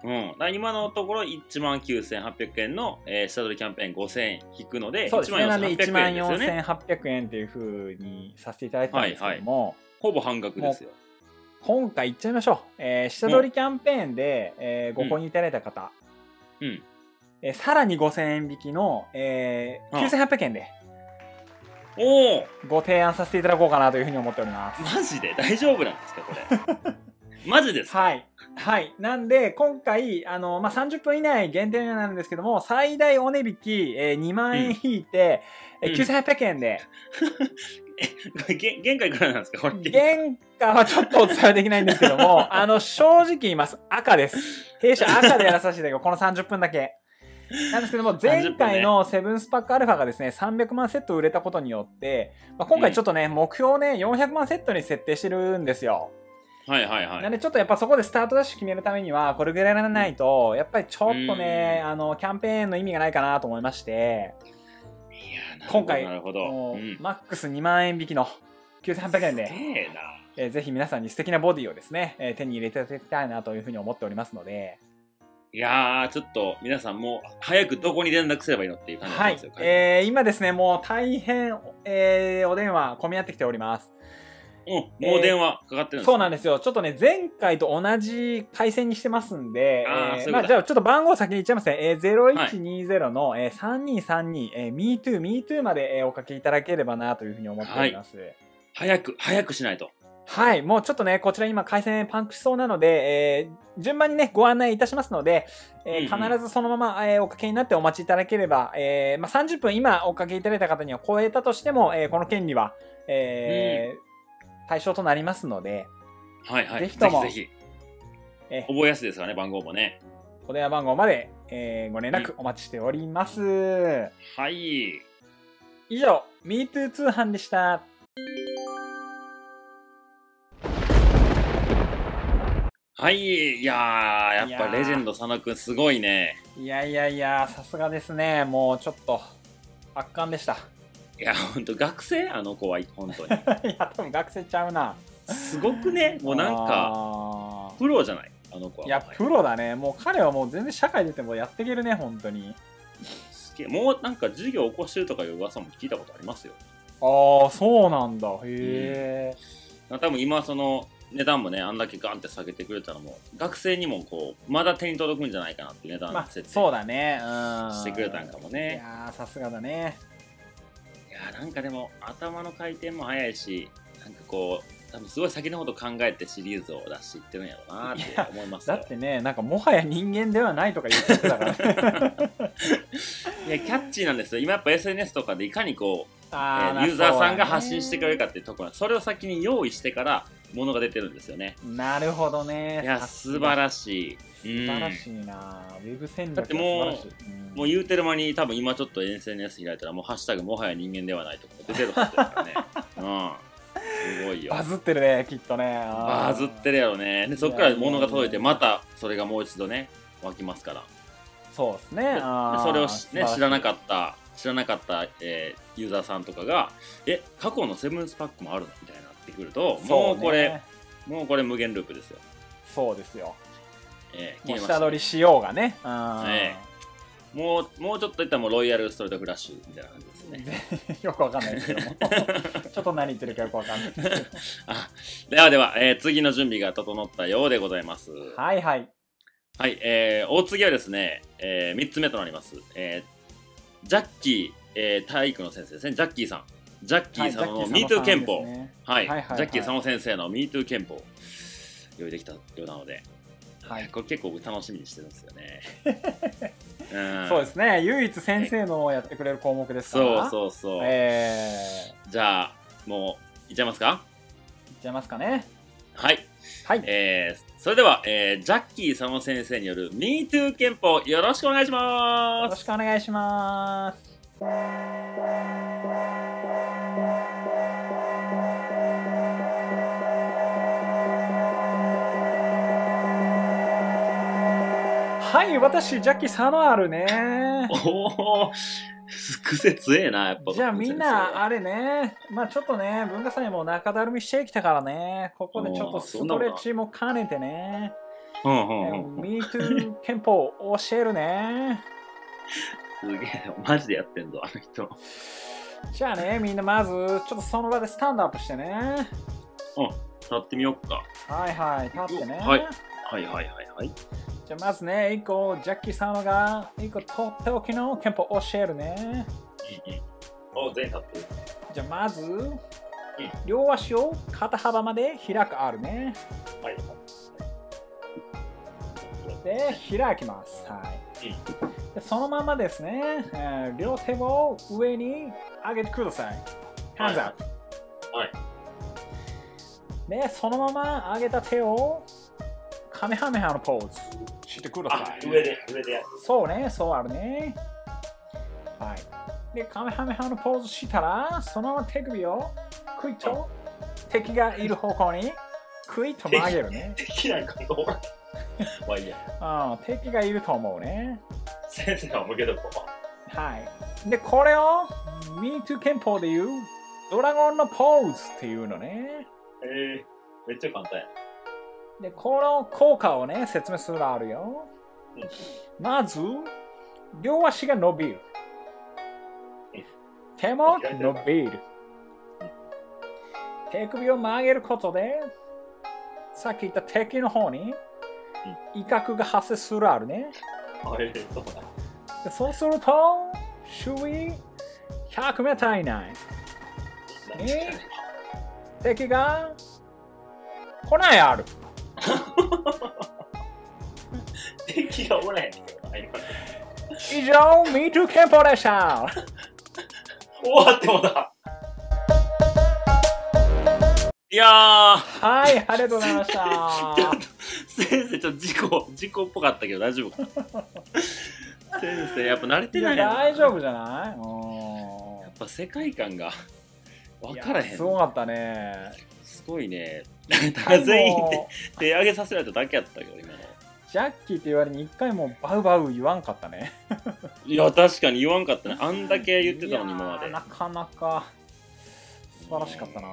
Speaker 1: あ、うん、だから今のところ1万9800円の、えー、下取りキャンペーン5000円引くので
Speaker 2: そうですね、な
Speaker 1: 1
Speaker 2: んで
Speaker 1: 万4800円
Speaker 2: 1
Speaker 1: で
Speaker 2: 万
Speaker 1: すよね
Speaker 2: 4800円っていう風にさせていただいてたんですけども、
Speaker 1: ほぼ半額ですよ
Speaker 2: 今回いっちゃいましょう、えー下取りキャンペーンで、えーご購入いただいた方、
Speaker 1: うん
Speaker 2: えーさらに5000円引きの、えー
Speaker 1: うん
Speaker 2: 9800円で
Speaker 1: おお
Speaker 2: ご提案させていただこうかなというふうに思っております、
Speaker 1: マジで大丈夫なんですかこれ マジですか
Speaker 2: はいはいなんで今回あの、まあ、30分以内限定になんですけども最大お値引き、えー2万円引いて、
Speaker 1: うん
Speaker 2: えー9800円で、
Speaker 1: これげ限界からなんですかこれ
Speaker 2: 原価はちょっとお伝えできないんですけ どもあの正直言います赤です弊社赤でやらさせていただくこの30分だけなんですけども
Speaker 1: 分ね
Speaker 2: 前回のセブンスパックアルファがですね300万セット売れたことによって、まあ、今回ちょっとね、目標をね400万セットに設定してるんですよ、
Speaker 1: はいはいはい
Speaker 2: なんでちょっとやっぱそこでスタートダッシュ決めるためにはこれぐらいにならないと、やっぱりちょっとね、あのキャンペーンの意味がないかなと思いまして
Speaker 1: いやーなるほど
Speaker 2: 今回
Speaker 1: なるほど、
Speaker 2: もう、
Speaker 1: うん
Speaker 2: マックス2万円引きの9800円です
Speaker 1: げえな
Speaker 2: えーぜひ皆さんに素敵なボディをですね、えー手に入れていただきたいなというふうに思っておりますので、
Speaker 1: いやーちょっと皆さんもう早くどこに連絡すればいいのっていう感じな
Speaker 2: は
Speaker 1: んで
Speaker 2: い
Speaker 1: すよ、、
Speaker 2: えー今ですね、もう大変、えーお電話混み合ってきております。
Speaker 1: うん、もう電話かかってるんですか
Speaker 2: そうなんですよ。ちょっとね、前回と同じ回線にしてますんで、
Speaker 1: あーそういう
Speaker 2: えー
Speaker 1: こと
Speaker 2: まあ、じゃあちょっと番号先に言っちゃいますね。えー0120の、えー3232、えー、MeToo、MeToo まで、えーおかけいただければなというふうに思っております。はい
Speaker 1: 早く早くしないと
Speaker 2: もうちょっとね、こちら今回線パンクしそうなので、えー順番にね、ご案内いたしますので、えー
Speaker 1: うんうん
Speaker 2: 必ずそのまま、えーおかけになってお待ちいただければ、えーまあ、30分今おかけいただいた方には超えたとしても、えーこの権利は、えー対象となりますので、
Speaker 1: はいはいぜ
Speaker 2: ぜひ
Speaker 1: ひ
Speaker 2: と
Speaker 1: ぜ
Speaker 2: も
Speaker 1: ひぜひ
Speaker 2: えー
Speaker 1: 覚えやすいですからね番号もね
Speaker 2: お電話番号まで、えーご連絡お待ちしております。
Speaker 1: はい
Speaker 2: 以上、MeToo 通販でした。
Speaker 1: はいいやーやっぱレジェンド佐野くんすごいね
Speaker 2: いやいやいや、さすがですね。もうちょっと、圧巻でした。
Speaker 1: いや、ほんと、学生あの子は、本当に。
Speaker 2: いや、多分学生ちゃうな。
Speaker 1: すごくね、もうなんか、
Speaker 2: か
Speaker 1: プロじゃない、あの子は。
Speaker 2: いや、プロだね。もう彼はもう全然社会出てもやっていけるね、本当に。
Speaker 1: すげえもうなんか授業起こしてるとかいう噂も聞いたことありますよ。
Speaker 2: ああ、そうなんだ。へえ。
Speaker 1: 多分今その値段もね、あんだけガンって下げてくれたのも、学生にもこう、まだ手に届くんじゃないかなって値
Speaker 2: まあ
Speaker 1: 段、設
Speaker 2: そう
Speaker 1: 定
Speaker 2: だね。うん。
Speaker 1: してくれたんかも
Speaker 2: い
Speaker 1: ね。
Speaker 2: やー、さすがだね。
Speaker 1: いやなんかでも頭の回転も早いし、なんかこう、多分すごい先のこと考えてシリーズを出していってるんやろうなって思います
Speaker 2: だ
Speaker 1: よ
Speaker 2: ってね、なんかもはや人間ではないとか言って たからね。
Speaker 1: いや、キャッチーなんですよ。今やっぱ SNS とかでいかにこう、え
Speaker 2: あ
Speaker 1: ーユーザーさんが発信してくれるかっていうところ、それを先に用意してから、ものが出てるんですよね。
Speaker 2: なるほどね。
Speaker 1: いや、
Speaker 2: さす
Speaker 1: 素
Speaker 2: が
Speaker 1: 晴らしい。うん
Speaker 2: 素晴らしいな、ウェブ戦略
Speaker 1: だってもう
Speaker 2: が素晴らしいん
Speaker 1: もう言うてる間に、多分今ちょっと SNS 開いたら、もうハッシュタグもはや人間ではないとか出てるはずだから ね。うん。すごいよ
Speaker 2: バ。ズってるねきっとね
Speaker 1: バズって
Speaker 2: る
Speaker 1: るやろね。で、そこから物が届いて、またそれがもう一度ね、湧きますから。
Speaker 2: そうですね
Speaker 1: で
Speaker 2: あー
Speaker 1: それを
Speaker 2: 素
Speaker 1: し
Speaker 2: 晴
Speaker 1: ね
Speaker 2: らしい
Speaker 1: 知らなかった知らなかった、えーユーザーさんとかがえ過去のセブンスパックもあるのみたいになってくるとも
Speaker 2: そうね
Speaker 1: これもうこれ無限ループですよ、
Speaker 2: そうですよ
Speaker 1: えー消
Speaker 2: もう
Speaker 1: えま
Speaker 2: 下
Speaker 1: した
Speaker 2: 取りしようがねうん
Speaker 1: えもうもうちょっといったらもうロイヤルストレートフラッシュみたいな感じですね
Speaker 2: よくわかんないですけどもちょっと何言ってるかよくわか んない
Speaker 1: あではでは、えー次の準備が整ったようでございますは
Speaker 2: はいはい
Speaker 1: い、えー、大次はですね、え3つ目となります、えージャッキー、えー体育の先生ですねジャッキーさんジャッキーさんの MeToo 憲法、はい、
Speaker 2: はいはいはい
Speaker 1: ジャッキー佐野先生の MeToo 憲法用意できたようなので、
Speaker 2: はい
Speaker 1: これ結構僕楽しみにしてるんですよ ね。ん
Speaker 2: そうですね唯一先生のやってくれる項目ですから
Speaker 1: そう
Speaker 2: う
Speaker 1: そうそう
Speaker 2: え
Speaker 1: じゃあもういっちゃいますか
Speaker 2: ー、いっちゃいますかね
Speaker 1: はい、
Speaker 2: はい
Speaker 1: えー、それでは、えージャッキー佐野先生による MeToo 憲法よろしくお願いし
Speaker 2: よ
Speaker 1: ま
Speaker 2: ろ
Speaker 1: す
Speaker 2: しくお願いしますはい私ジャッキーサノアルね
Speaker 1: おお癖強えなやっぱ
Speaker 2: じゃあみんなあれねまあちょっとね文化祭も中だるみしてきたからねここでちょっ
Speaker 1: お
Speaker 2: と
Speaker 1: ー
Speaker 2: ス
Speaker 1: そんな
Speaker 2: ト
Speaker 1: もん
Speaker 2: レ
Speaker 1: な
Speaker 2: ッチも兼ねてね
Speaker 1: うんう
Speaker 2: え
Speaker 1: ん
Speaker 2: ー
Speaker 1: うんうん
Speaker 2: MeToo 憲法を教えるね
Speaker 1: すげえマジでやってんぞあの人
Speaker 2: じゃあねみんなまずちょっとその場でスタンドアップしてね
Speaker 1: 立ってみよっか
Speaker 2: はいはい、立ってね。
Speaker 1: はいはいはいはいはい
Speaker 2: じゃあまずね、一個、ジャッキーさんが一個とっておきの憲法を教えるね。
Speaker 1: お全員立ってる
Speaker 2: じゃあまず、両足を肩幅まで開くあるね。
Speaker 1: はい。
Speaker 2: で、開きます。はい
Speaker 1: うん。
Speaker 2: でそのままですね、えー両手を上に上げてください。
Speaker 1: はい
Speaker 2: Hands up。
Speaker 1: はい。
Speaker 2: で、そのまま上げた手をカメハメハのポーズしてください。
Speaker 1: で、上でやる。
Speaker 2: そうね、そうあるね。はい。で、カメハメハのポーズしたら、そのまま手首をクイッと敵がいる方向にクイッと曲げるね。
Speaker 1: できないかも。まあいいや。
Speaker 2: うん、敵がいると思うね。
Speaker 1: 先生は向けとこ
Speaker 2: はい。で、これを MeToo 憲法で言うドラゴンのポーズっていうの
Speaker 1: う。
Speaker 2: ね。
Speaker 1: えー、めっちゃ簡単や。
Speaker 2: で、この効果をね、説明するのあるよ
Speaker 1: う。
Speaker 2: まず、両足が伸びる。手も伸びる。手首を曲げることで、さっき言った敵の方に威嚇が発生するあるね。
Speaker 1: あれ、そうだ。
Speaker 2: でそうすると、周囲100メーター以内、え敵が来ないある。
Speaker 1: 敵がおらへんけどな、今。
Speaker 2: 以上、MeToo 憲法でした。
Speaker 1: 終わってもだ。いやー、
Speaker 2: はい、ありがとうございました。
Speaker 1: 先生、ちょっと事故、事故っぽかったけど大丈夫かな。先生、やっぱ慣れて
Speaker 2: い
Speaker 1: な
Speaker 2: や、
Speaker 1: いやろな
Speaker 2: 大丈夫じゃないうん
Speaker 1: やっぱ世界観が分から
Speaker 2: い
Speaker 1: へ
Speaker 2: や
Speaker 1: ん
Speaker 2: すごかったね。
Speaker 1: すごいね全員
Speaker 2: でも
Speaker 1: 手上げさせられただけやったけど今の
Speaker 2: ジャッキーって言われに一回もバウバウ言わんかったね。
Speaker 1: いや、確かに言わんかったね。あんだけ言ってたのに、今ま
Speaker 2: いやー
Speaker 1: で
Speaker 2: な。かなか素晴らしかったな。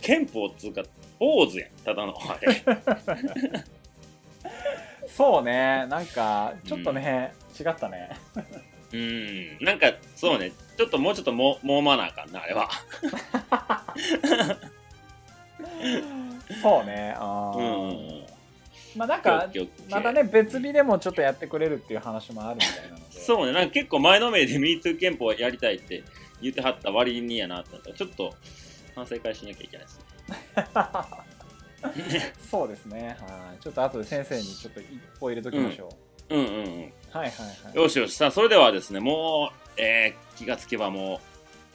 Speaker 1: 憲法っつうか、ポーズやん。ただの、あれ。
Speaker 2: そうね、なんかちょっとね、違ったね。
Speaker 1: うん。なんか、そうね。ちょっともうちょっとも、もまなあかんな、あれは。
Speaker 2: そうね、あ
Speaker 1: う
Speaker 2: ー
Speaker 1: ん。
Speaker 2: まあなんか、
Speaker 1: オッケーオッケー
Speaker 2: またね、別日でもちょっとやってくれるっていう話もあるみたいなので。
Speaker 1: そうね。なんか結構前のめりで MeToo 憲法やりたいって言ってはった割にやなって思ったら、ちょっと反省会しなきゃいけないですね。
Speaker 2: そうですね。はい。ちょっと後で先生にちょっと一歩入れときましょう。
Speaker 1: うんうんうん。
Speaker 2: はいはいはい。
Speaker 1: よしよし、さあ、それではですね、もう、えー気がつけばもう、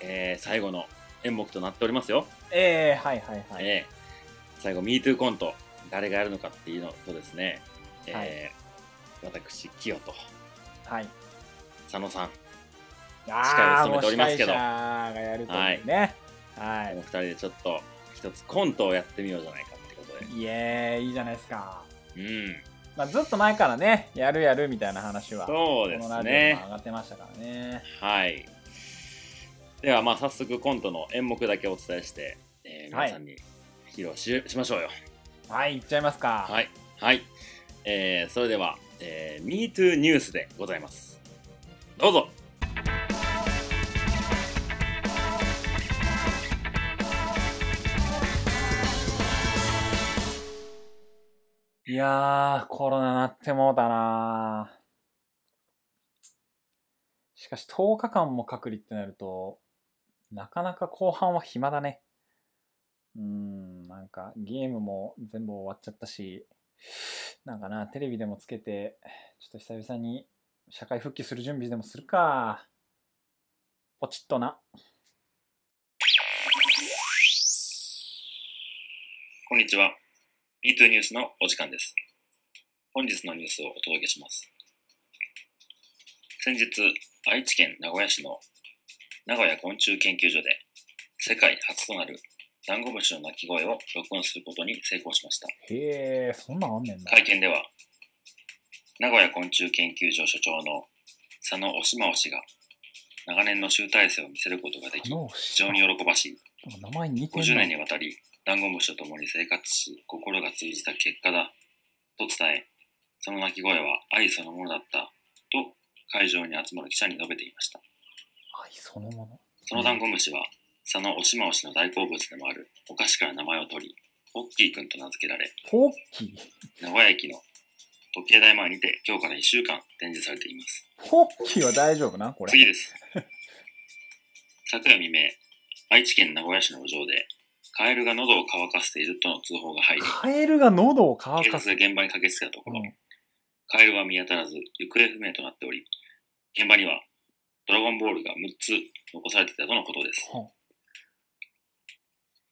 Speaker 1: えー最後の演目となっておりますよ。
Speaker 2: えー、はいはいはい。
Speaker 1: えー最後、MeToo コント、誰がやるのかっていうのとですね、えー
Speaker 2: はい
Speaker 1: 私、キヨと
Speaker 2: はい。
Speaker 1: 佐野さん、
Speaker 2: ああ、
Speaker 1: 務
Speaker 2: も
Speaker 1: め
Speaker 2: う
Speaker 1: ており
Speaker 2: 司
Speaker 1: ます
Speaker 2: 会
Speaker 1: け
Speaker 2: 者
Speaker 1: ど
Speaker 2: がやるというね。は
Speaker 1: お
Speaker 2: い。
Speaker 1: 二人でちょっと一つコントをやってみようじゃないかってことで。
Speaker 2: いえー、いいじゃないですか。
Speaker 1: うん、
Speaker 2: まあ、ずっと前からね、やるやるみたいな話は、
Speaker 1: そうで
Speaker 2: この
Speaker 1: す
Speaker 2: ラジオでも
Speaker 1: ね
Speaker 2: 上。がってましたからね。
Speaker 1: はい。では、まあ、早速、コントの演目だけお伝えして、えー
Speaker 2: はい
Speaker 1: 皆さんに披露し,、しましょうよ。
Speaker 2: はい、いっちゃいますか。
Speaker 1: はい。はい。えー、それでは、えー、MeToo ニュースでございます。どうぞ。
Speaker 2: い、やー、コロナなってもうたなしかし、10日間も隔離ってなると、なかなか後半は暇だね。うーん、なんかゲームも全部終わっちゃったし、なんかな、テレビでもつけて、ちょっと久々に社会復帰する準備でもするか。ポチッとな。
Speaker 1: こんにちは。MeToo ニュースのお時間です。本日のニュースをお届けします。先日、愛知県名古屋市の名古屋昆虫研究所で世界初となるダンゴムシの鳴き声を録音することに成功しました。
Speaker 2: へえ、そんなんあんねんな。
Speaker 1: 会見では、名古屋昆虫研究所所長の佐野押真氏が長年の集大成を見せることができ、
Speaker 2: あの
Speaker 1: 非常に喜ばしい。
Speaker 2: 名前似て
Speaker 1: 50
Speaker 2: る
Speaker 1: 年にわたり、ダンゴムシと共に生活し、心が通じた結果だ、と伝え、その鳴き声は愛そのものだった、と会場に集まる記者に述べていました。
Speaker 2: 愛そのもの。
Speaker 1: そのダンゴムシは、佐野押真氏の大好物でもあるお菓子から名前を取り、ポッキーくんと名付けられ、
Speaker 2: ポッキー
Speaker 1: 名古屋駅の時計台前にて今日から1週間展示されています。
Speaker 2: ポッキーは大丈夫なこれ。
Speaker 1: 次です。 昨夜未明、愛知県名古屋市の路上で、カエルが喉を乾かしているとの通報が入り、
Speaker 2: カエルが喉を乾
Speaker 1: 警
Speaker 2: かす。
Speaker 1: 察が現場に駆けつけたところ、
Speaker 2: うん
Speaker 1: カエルは見当たらず、行方不明となっており、現場にはドラゴンボールが6つ残されていたとのことです。
Speaker 2: ほ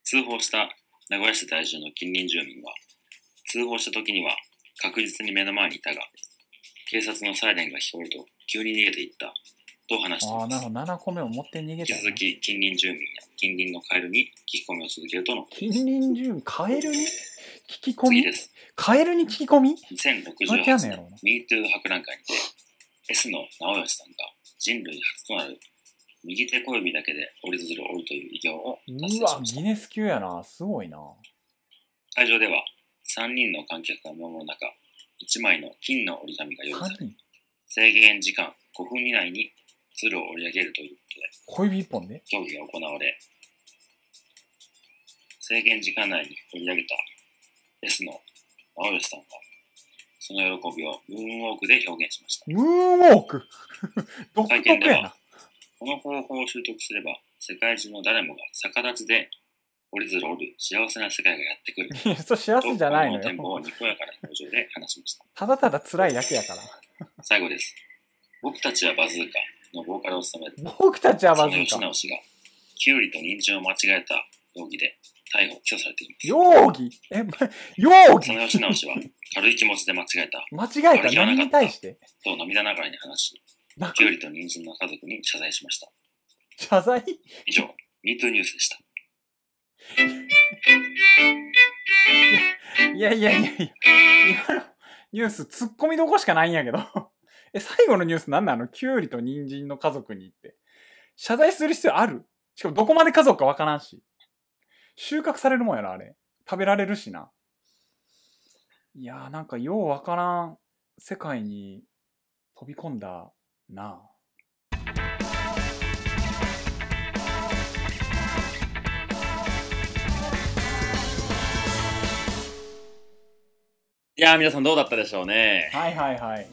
Speaker 1: 通報した名古屋市在住の近隣住民は、通報した時には確実に目の前にいたが、警察のサイレンが聞こえると急に逃げていったと話してい
Speaker 2: ああ、
Speaker 1: ま
Speaker 2: な
Speaker 1: す
Speaker 2: る。ほど。7個目を持って逃げ
Speaker 1: 引
Speaker 2: た
Speaker 1: き
Speaker 2: よ
Speaker 1: 続
Speaker 2: ね。
Speaker 1: き近隣住民や近隣のカエルに聞き込みを続けるとのこと
Speaker 2: 近隣住民、カエルに聞き込
Speaker 1: 次
Speaker 2: み
Speaker 1: です。
Speaker 2: カエルに聞き込み
Speaker 1: 2068
Speaker 2: やねんやろ
Speaker 1: 年 MeToo 博覧会にて S の直義さんが人類初となる右手小指だけで折り鶴を折るという偉業を達
Speaker 2: う
Speaker 1: 成し
Speaker 2: わ、
Speaker 1: まし
Speaker 2: ギネス級やな。すごいな。
Speaker 1: た会場では3人の観客が見守る中1枚の金の折り紙が用意さ
Speaker 2: 3
Speaker 1: れ
Speaker 2: 人。
Speaker 1: 制限時間5分以内に鶴を折り上げるということで
Speaker 2: 小指1本で。
Speaker 1: 競技が行われ、制限時間内に取り上げた S の青吉さんは、その喜びをムーンウォークで表現しました。
Speaker 2: ムーンウォーク 独
Speaker 1: 会
Speaker 2: 特
Speaker 1: 見で
Speaker 2: や
Speaker 1: は
Speaker 2: な。、
Speaker 1: この方法を習得すれば、世界中の誰もが逆立ちで折り鶴折る幸せな世界がやってくる。
Speaker 2: いやそれ幸
Speaker 1: と、
Speaker 2: せ
Speaker 1: こ
Speaker 2: じゃないの
Speaker 1: の展望を
Speaker 2: よ。
Speaker 1: にこやかな表情で話しました。
Speaker 2: ただただ辛いだけやから。
Speaker 1: 最後です。僕たちはバズーカのボーカルを務める
Speaker 2: 僕たちは
Speaker 1: そ
Speaker 2: ま
Speaker 1: の
Speaker 2: ずい
Speaker 1: 吉
Speaker 2: か。
Speaker 1: 直氏が、キュウリと人参を間違えた容疑で逮捕・起訴されています。
Speaker 2: 容疑え、ま容
Speaker 1: そ
Speaker 2: 疑
Speaker 1: の吉直氏は軽い気持ちで間違えた
Speaker 2: 間違えた。
Speaker 1: 言わなかった
Speaker 2: 何に対して
Speaker 1: と涙ながらに話し、
Speaker 2: な
Speaker 1: キュウリと人参の家族に謝罪しました。
Speaker 2: 謝罪
Speaker 1: 以上、MeToo ニュースでした。
Speaker 2: いやいや いやいや、今のニュース、ツッコミどこしかないんやけど。 え、最後のニュース何なのキュウリと人参の家族にって。謝罪する必要あるしかもどこまで家族かわからんし。収穫されるもんやろ、あれ。食べられるしな。いやーなんかようわからん世界に飛び込んだなあ。
Speaker 1: いやー、皆さんどうだったでしょうね。
Speaker 2: はいはいはい。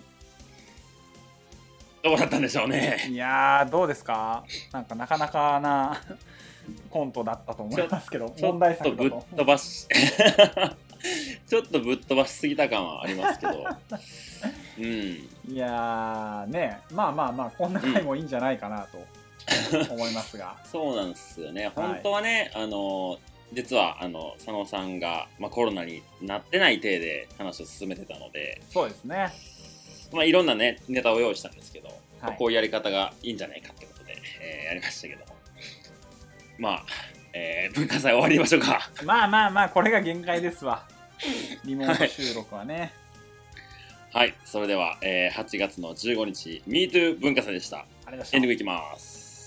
Speaker 1: どうだったんでしょうね。
Speaker 2: いやーどうですかなんかなかなかな コントだったと思いますけど
Speaker 1: ちょ
Speaker 2: 問
Speaker 1: っ
Speaker 2: 題
Speaker 1: と
Speaker 2: 作
Speaker 1: ぶっ
Speaker 2: だと
Speaker 1: 飛ばし、 ちょっとぶっ飛ばしすぎた感はありますけ ど。うん。
Speaker 2: いやーねまあまあまあこんな回もいいんじゃないかなと思いますが、
Speaker 1: そうなんですよね。本当はね、あの、実は、あの、佐野さんが、まあ、コロナになってない体で話を進めてたので、
Speaker 2: そうですね
Speaker 1: まあ、いろんなね、ネタを用意したんですけど、まあ
Speaker 2: はい
Speaker 1: こういうやり方がいいんじゃないかってことで、えーやりましたけども。まあ、えー文化祭終わりましょうか。
Speaker 2: まあまあまあこれが限界ですわリモート収録はね、
Speaker 1: はい、それでは、えー8月の15日、MeToo 文化祭でした。
Speaker 2: あれだし
Speaker 1: エンディングいきます。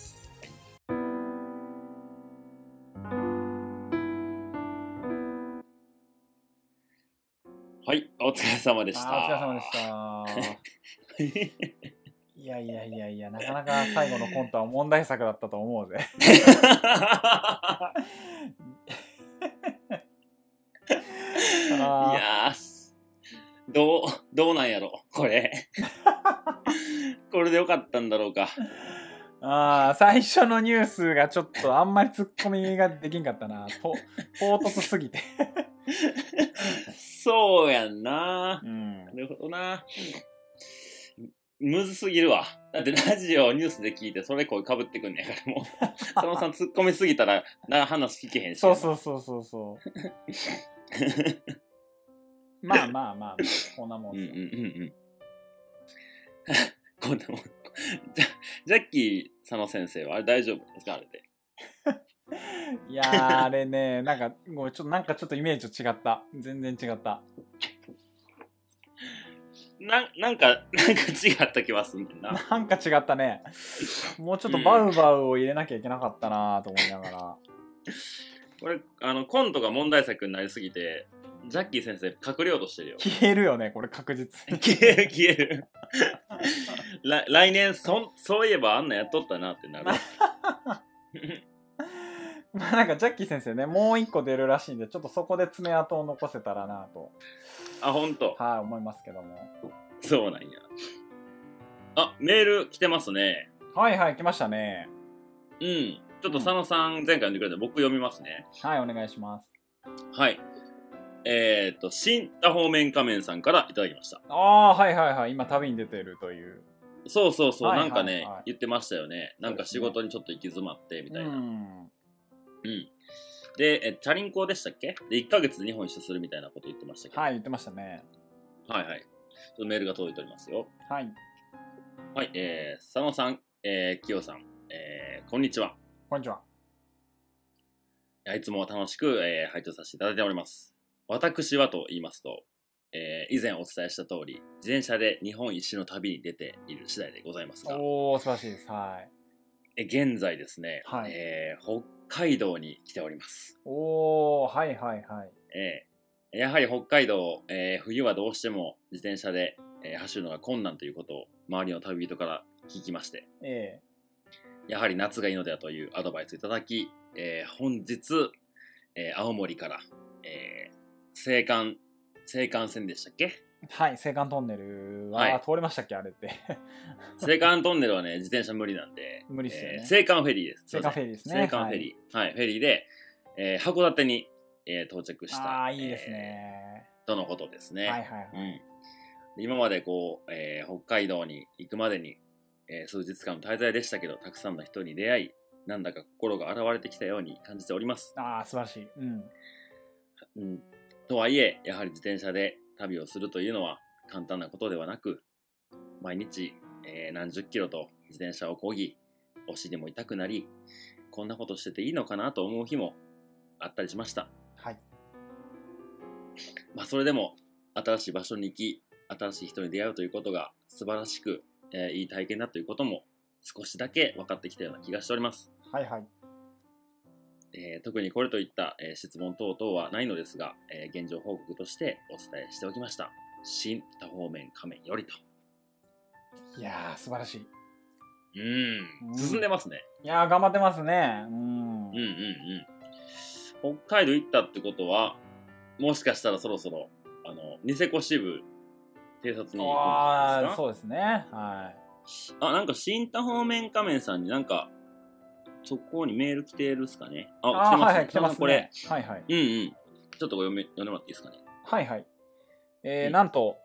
Speaker 1: はい、お疲れ様でした。
Speaker 2: あーお疲れ様でしたいやいやいやいやなかなか最後のコントは問題作だったと思うぜ
Speaker 1: い
Speaker 2: あ
Speaker 1: やーどう、どうなんやろ、こ れ。これでよかったんだろうか。
Speaker 2: ーあー最初のニュースがちょっとあんまりツッコミができんかったなと唐突すぎて
Speaker 1: そうやんな。
Speaker 2: うん
Speaker 1: なるほどな。むずすぎるわ。だってラジオニュースで聞いてそれこうかぶってくんねやからもう。 佐野さん突っ込みすぎたらな話聞けへんし。
Speaker 2: そうそうそうそ うそうまあまあまあこんなもん
Speaker 1: うんうん
Speaker 2: ですよ
Speaker 1: うん うん。こんな もん。じゃジャッキー佐野先生はあれ大丈夫ですかあれで。
Speaker 2: いやーあれねなんかごめんちょっとなんかちょっとイメージと違った全然違った
Speaker 1: ななんか、なんか違った気はすんねんな。
Speaker 2: なんか違ったねもうちょっとバウバウを入れなきゃいけなかったなと思いながら
Speaker 1: これ、あの、コントが問題作になりすぎて、ジャッキー先生隠れようとしてるよ。
Speaker 2: 消えるよねこれ確実 に
Speaker 1: 消える消える 来来年そんそういえばあんなやっとったなって なる
Speaker 2: まあなんかジャッキー先生ねもう一個出るらしいんでちょっとそこで爪痕を残せたらなと
Speaker 1: あほんと
Speaker 2: はい思いますけども
Speaker 1: そうなんやあメール来てますね
Speaker 2: はいはい来ましたね
Speaker 1: うんちょっと佐野さん前回読んでくれた僕読みますね
Speaker 2: はいお願いします
Speaker 1: はいえっ、ー、と新多方面仮面さんからいただきました
Speaker 2: ああはいはいはい今旅に出てるという
Speaker 1: そうそうそう、
Speaker 2: はいはいはい
Speaker 1: なんかね言ってましたよねなんか仕事にちょっと行き詰まってみたいな、
Speaker 2: うん
Speaker 1: うんでえチャリンコでしたっけで1ヶ月で2本一緒するみたいなこと言ってましたけど、
Speaker 2: はい言ってましたね
Speaker 1: はいはいちょっとメールが届いておりますよ
Speaker 2: はい
Speaker 1: はい、えー、佐野さん、えー、きよさん、えー、こんにちは。
Speaker 2: こんにちは
Speaker 1: いつも楽しく、えー、拝聴させていただいております。私はと言いますと、えー、以前お伝えした通り、自転車で日本一周の旅に出ている次第でございますが、
Speaker 2: おお素晴らしいですはい
Speaker 1: え現在ですね、
Speaker 2: はい
Speaker 1: えー、北海道に来ております。
Speaker 2: おおはいはいはい
Speaker 1: えー、やはり北海道、えー、冬はどうしても自転車で、えー、走るのが困難ということを周りの旅人から聞きまして、
Speaker 2: え
Speaker 1: やはり夏がいいのではというアドバイスいただき、えー本日、えー青森から、えー青函、青函線でしたっ け
Speaker 2: えはい青函トンネルは、
Speaker 1: はい
Speaker 2: 通れましたっけあれって
Speaker 1: 青函トンネルはね、自転車無理なんで、
Speaker 2: 無理っすよね
Speaker 1: えー青函フェリーです。
Speaker 2: 青函フェリーです
Speaker 1: そうで
Speaker 2: ね
Speaker 1: すね青函フェリー。はい、フェリーで、えー函館に、えー到着した。
Speaker 2: ああーいいですね、
Speaker 1: えーとのことですね。
Speaker 2: はいはいはい、
Speaker 1: うん、今までこう、えー北海道に行くまでに、えー数日間の滞在でしたけど、たくさんの人に出会い、なんだか心が洗われてきたように感じております。
Speaker 2: ああ素晴らしいうん
Speaker 1: うん、とはいえ、やはり自転車で旅をするというのは簡単なことではなく、毎日、えー何十キロと自転車を漕ぎ、お尻も痛くなり、こんなことしてていいのかなと思う日もあったりしました。
Speaker 2: はい。
Speaker 1: まあ、それでも新しい場所に行き新しい人に出会うということが素晴らしく、えーいい体験だということも少しだけ分かってきたような気がしております、
Speaker 2: はいはい。
Speaker 1: えー特にこれといった、えー質問等々はないのですが、えー現状報告としてお伝えしておきました新多方面仮面よりと
Speaker 2: いやー、素晴らしい。
Speaker 1: う
Speaker 2: うん
Speaker 1: ん進んでますね
Speaker 2: いやー、頑張ってますね。う
Speaker 1: う
Speaker 2: ん。
Speaker 1: んうんうん北海道行ったってことはもしかしたらそろそろあのニセコ支部偵察に行くんです
Speaker 2: ああ
Speaker 1: か
Speaker 2: ー、そうですね。は
Speaker 1: あ、なんか新田方面仮面さんになんか、そこにメール来てるっすかね。あ、
Speaker 2: い。ああー、はいはい、
Speaker 1: 来
Speaker 2: 来
Speaker 1: て
Speaker 2: て
Speaker 1: ま
Speaker 2: ますす
Speaker 1: ね。これ
Speaker 2: ね。。はいはい。
Speaker 1: うんうん。ちょっとこれ読め読んでもらっていいですかね。
Speaker 2: はいはい。えー
Speaker 1: うん
Speaker 2: なんと、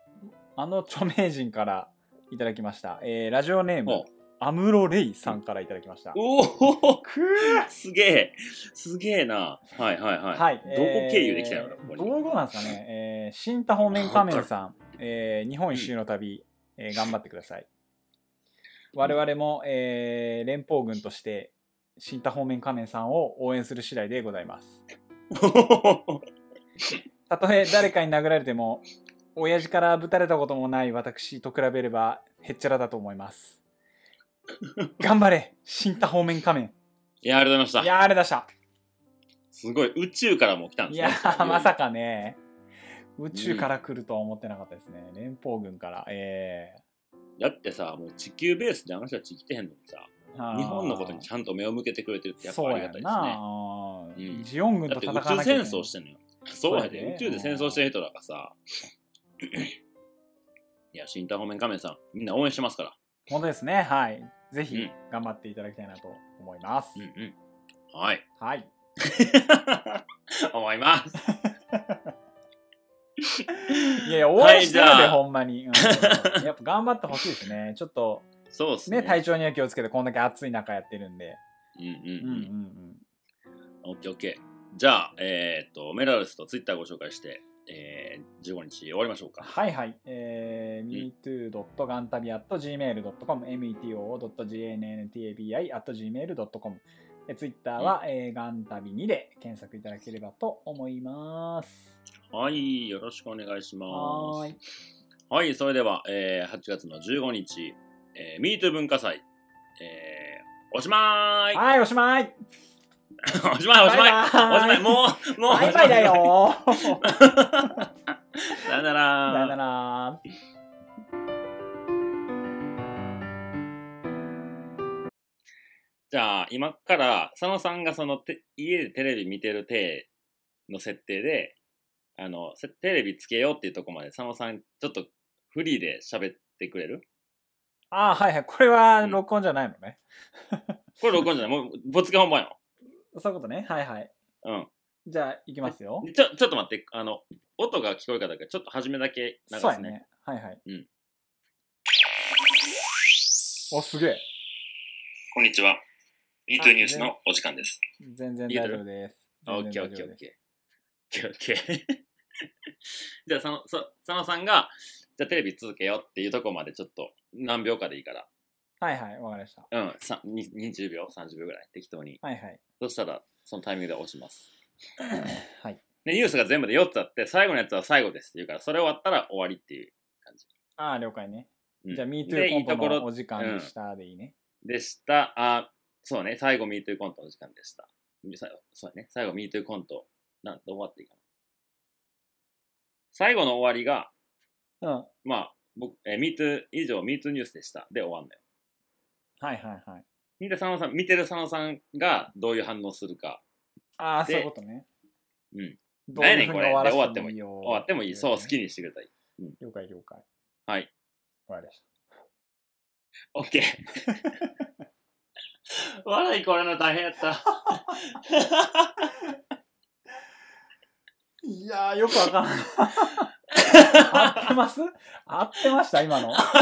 Speaker 2: あの著名人からいただきました。えーラジオネーム
Speaker 1: お、
Speaker 2: アムロレイさんからいただきました。
Speaker 1: おお
Speaker 2: く ー
Speaker 1: すげえすげえな。はいはいはい。
Speaker 2: はい。
Speaker 1: どこ経由で来たの
Speaker 2: え
Speaker 1: ここに
Speaker 2: ーどういうことなんですかね。えー、新多方面仮面さん、えー日本一周の旅、えー頑張ってください。我々も、えー連邦軍として、新多方面仮面さんを応援する次第でございます。たとえ誰かに殴られても親父からぶたれたこともない私と比べればへっちゃらだと思います頑張れ新多方面仮面
Speaker 1: いや、ありがとうござい
Speaker 2: い
Speaker 1: ました。
Speaker 2: やーあれ出した
Speaker 1: すごい。宇宙からも来たん
Speaker 2: い
Speaker 1: です
Speaker 2: や
Speaker 1: ね。
Speaker 2: ーまさかね宇宙から来るとは思ってなかったですね、連邦軍からえ
Speaker 1: だってさ、もう地球ベースであの人たち来てへんのにさ、
Speaker 2: えー、
Speaker 1: 日本のことに
Speaker 2: ゃ
Speaker 1: ちゃんと目を向けてくれてるってやっぱ
Speaker 2: そう
Speaker 1: あ
Speaker 2: や
Speaker 1: りがた
Speaker 2: ん
Speaker 1: いです
Speaker 2: な
Speaker 1: ね。
Speaker 2: あー
Speaker 1: うん
Speaker 2: ジオン軍
Speaker 1: だ
Speaker 2: と
Speaker 1: って宇
Speaker 2: 戦わなきゃ
Speaker 1: 宙
Speaker 2: い
Speaker 1: 戦
Speaker 2: けない
Speaker 1: 争してんのよ。そうや
Speaker 2: そうや
Speaker 1: で、
Speaker 2: で
Speaker 1: 宇宙で戦争してる人らがさ、いや、新太方面仮面さん、みんな応援してますから。
Speaker 2: 本当ですねはいぜ
Speaker 1: う
Speaker 2: ひ
Speaker 1: ん
Speaker 2: 頑張っていただきたいなと思います、
Speaker 1: うんうん。はい。
Speaker 2: はい
Speaker 1: 思います。
Speaker 2: いやいや応援してるんで、
Speaker 1: はいじゃあ
Speaker 2: ほんまに、うんやっぱ頑張ってほしいですねちょっと
Speaker 1: そうっすね。
Speaker 2: ね、体調には気をつけて、こんだけ暑い中やってるんで。
Speaker 1: うんうん
Speaker 2: うんう
Speaker 1: うん。
Speaker 2: ん
Speaker 1: オッケーオッケー。じゃあ、えー、っと、メラルスとツイッターご紹介して、えー、15日終わりましょう
Speaker 2: うん。
Speaker 1: か。
Speaker 2: はいはい。えー、metoo.gantabi.gmail.com、meto.gntabi.gmail.com。え、ツイッターは、えー、ガンタビ2で検索いただければと思います。
Speaker 1: はい、よろしくお願いします。
Speaker 2: はーい。
Speaker 1: はい、それでは、えー、8月の15日、えー、ミート文化祭、えー、おしまーい、
Speaker 2: はい、おしまい
Speaker 1: おしまいおしまい
Speaker 2: バイバイ
Speaker 1: おしまいもう、もう、
Speaker 2: バイバイだよ
Speaker 1: さよなら
Speaker 2: さよなら
Speaker 1: じゃあ、今から、佐野さんがそのて、家でテレビ見てる体の設定で、あの、せテレビつけようっていうとこまで、佐野さん、ちょっとフリーで喋ってくれる
Speaker 2: あーはいはい。これは
Speaker 1: うん
Speaker 2: 録音じゃないのね。
Speaker 1: これ録音じゃない、もう、ぶっつけ本番よ。
Speaker 2: そういうことね。はいはい。
Speaker 1: うん
Speaker 2: じゃあ、いきますよ。。
Speaker 1: でちょ、ちょっと待って、あの、音が聞こえ方が、ちょっと初めだけ流
Speaker 2: そ
Speaker 1: す
Speaker 2: うや
Speaker 1: ね。
Speaker 2: ね。はいはい。
Speaker 1: うん
Speaker 2: お、すげえ。
Speaker 1: こんにちは。ミートニュースのお時間です。
Speaker 2: 全然大丈夫です。
Speaker 1: あオ
Speaker 2: 全
Speaker 1: ッケ
Speaker 2: 然
Speaker 1: ーオ
Speaker 2: 大
Speaker 1: ッ
Speaker 2: 丈
Speaker 1: ケー
Speaker 2: 夫
Speaker 1: オッケー。オ
Speaker 2: です
Speaker 1: ッケーオッケー。 じゃあ佐野、そ佐野さんが、じゃあテレビ続けようっていうとこまでちょっと何秒かでいいから。
Speaker 2: はいはい、わかりました。
Speaker 1: うん、さに20秒、30秒ぐらい適当に。
Speaker 2: はいはい。
Speaker 1: そしたら、そのタイミングで押します。
Speaker 2: はい。
Speaker 1: で、ニュースが全部で4つあって、最後のやつは最後ですって言うから、それ終わったら終わりっていう。
Speaker 2: ああ、了解ね。
Speaker 1: うん
Speaker 2: じゃあ、
Speaker 1: で
Speaker 2: MeToo
Speaker 1: いい
Speaker 2: コ
Speaker 1: と
Speaker 2: ント
Speaker 1: こ
Speaker 2: のお
Speaker 1: ろ
Speaker 2: 時間でしたでいいね。
Speaker 1: でした。あ、そうね、最後 MeToo コントの時間でした。みさそうやね、最後 MeToo コント、なんと終わっていいかな。最後の終わりが、
Speaker 2: うん。はい
Speaker 1: まあ、僕、えー、MeToo 以上 MeToo ニュースでした。で終わんのよ。
Speaker 2: はいはい。
Speaker 1: で、佐野さん、見てる佐野さんがどういう反応するか。
Speaker 2: ああ、
Speaker 1: で
Speaker 2: そういうことね。
Speaker 1: うん。
Speaker 2: どう
Speaker 1: 何
Speaker 2: いうふうに
Speaker 1: やねんこれ
Speaker 2: 終わらせ
Speaker 1: で
Speaker 2: よ。
Speaker 1: 終わってもいい。そう、好き
Speaker 2: に。
Speaker 1: にしてくれたらいい。
Speaker 2: 了解了解。
Speaker 1: はい。
Speaker 2: わかりまし
Speaker 1: OK。笑いこれの大変やった。
Speaker 2: た。いやー、よくわからん。 合ってます合ってまし た今の。
Speaker 1: わか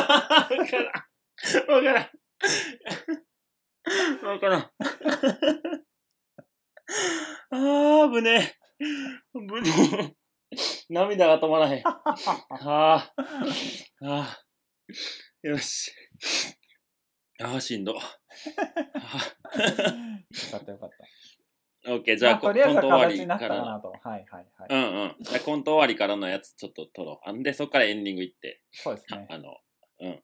Speaker 1: らん。わからん。わから ん。あー、ぶねえ。ぶねえ。涙が止まらへん。ああ。ああ。よし。ああ、しんど。ああ
Speaker 2: よかったよかった。
Speaker 1: OK、じ
Speaker 2: ま
Speaker 1: ゃ
Speaker 2: あ、
Speaker 1: あ、
Speaker 2: と
Speaker 1: コン
Speaker 2: りあえずは
Speaker 1: ト終わ
Speaker 2: 形
Speaker 1: り
Speaker 2: になった
Speaker 1: か。
Speaker 2: からなと。はいはいはい。
Speaker 1: うんうん。じゃあコント終わりからのやつちょっと撮ろう。あんで、そっからエンディングいって、
Speaker 2: そうですね。
Speaker 1: あの、うん。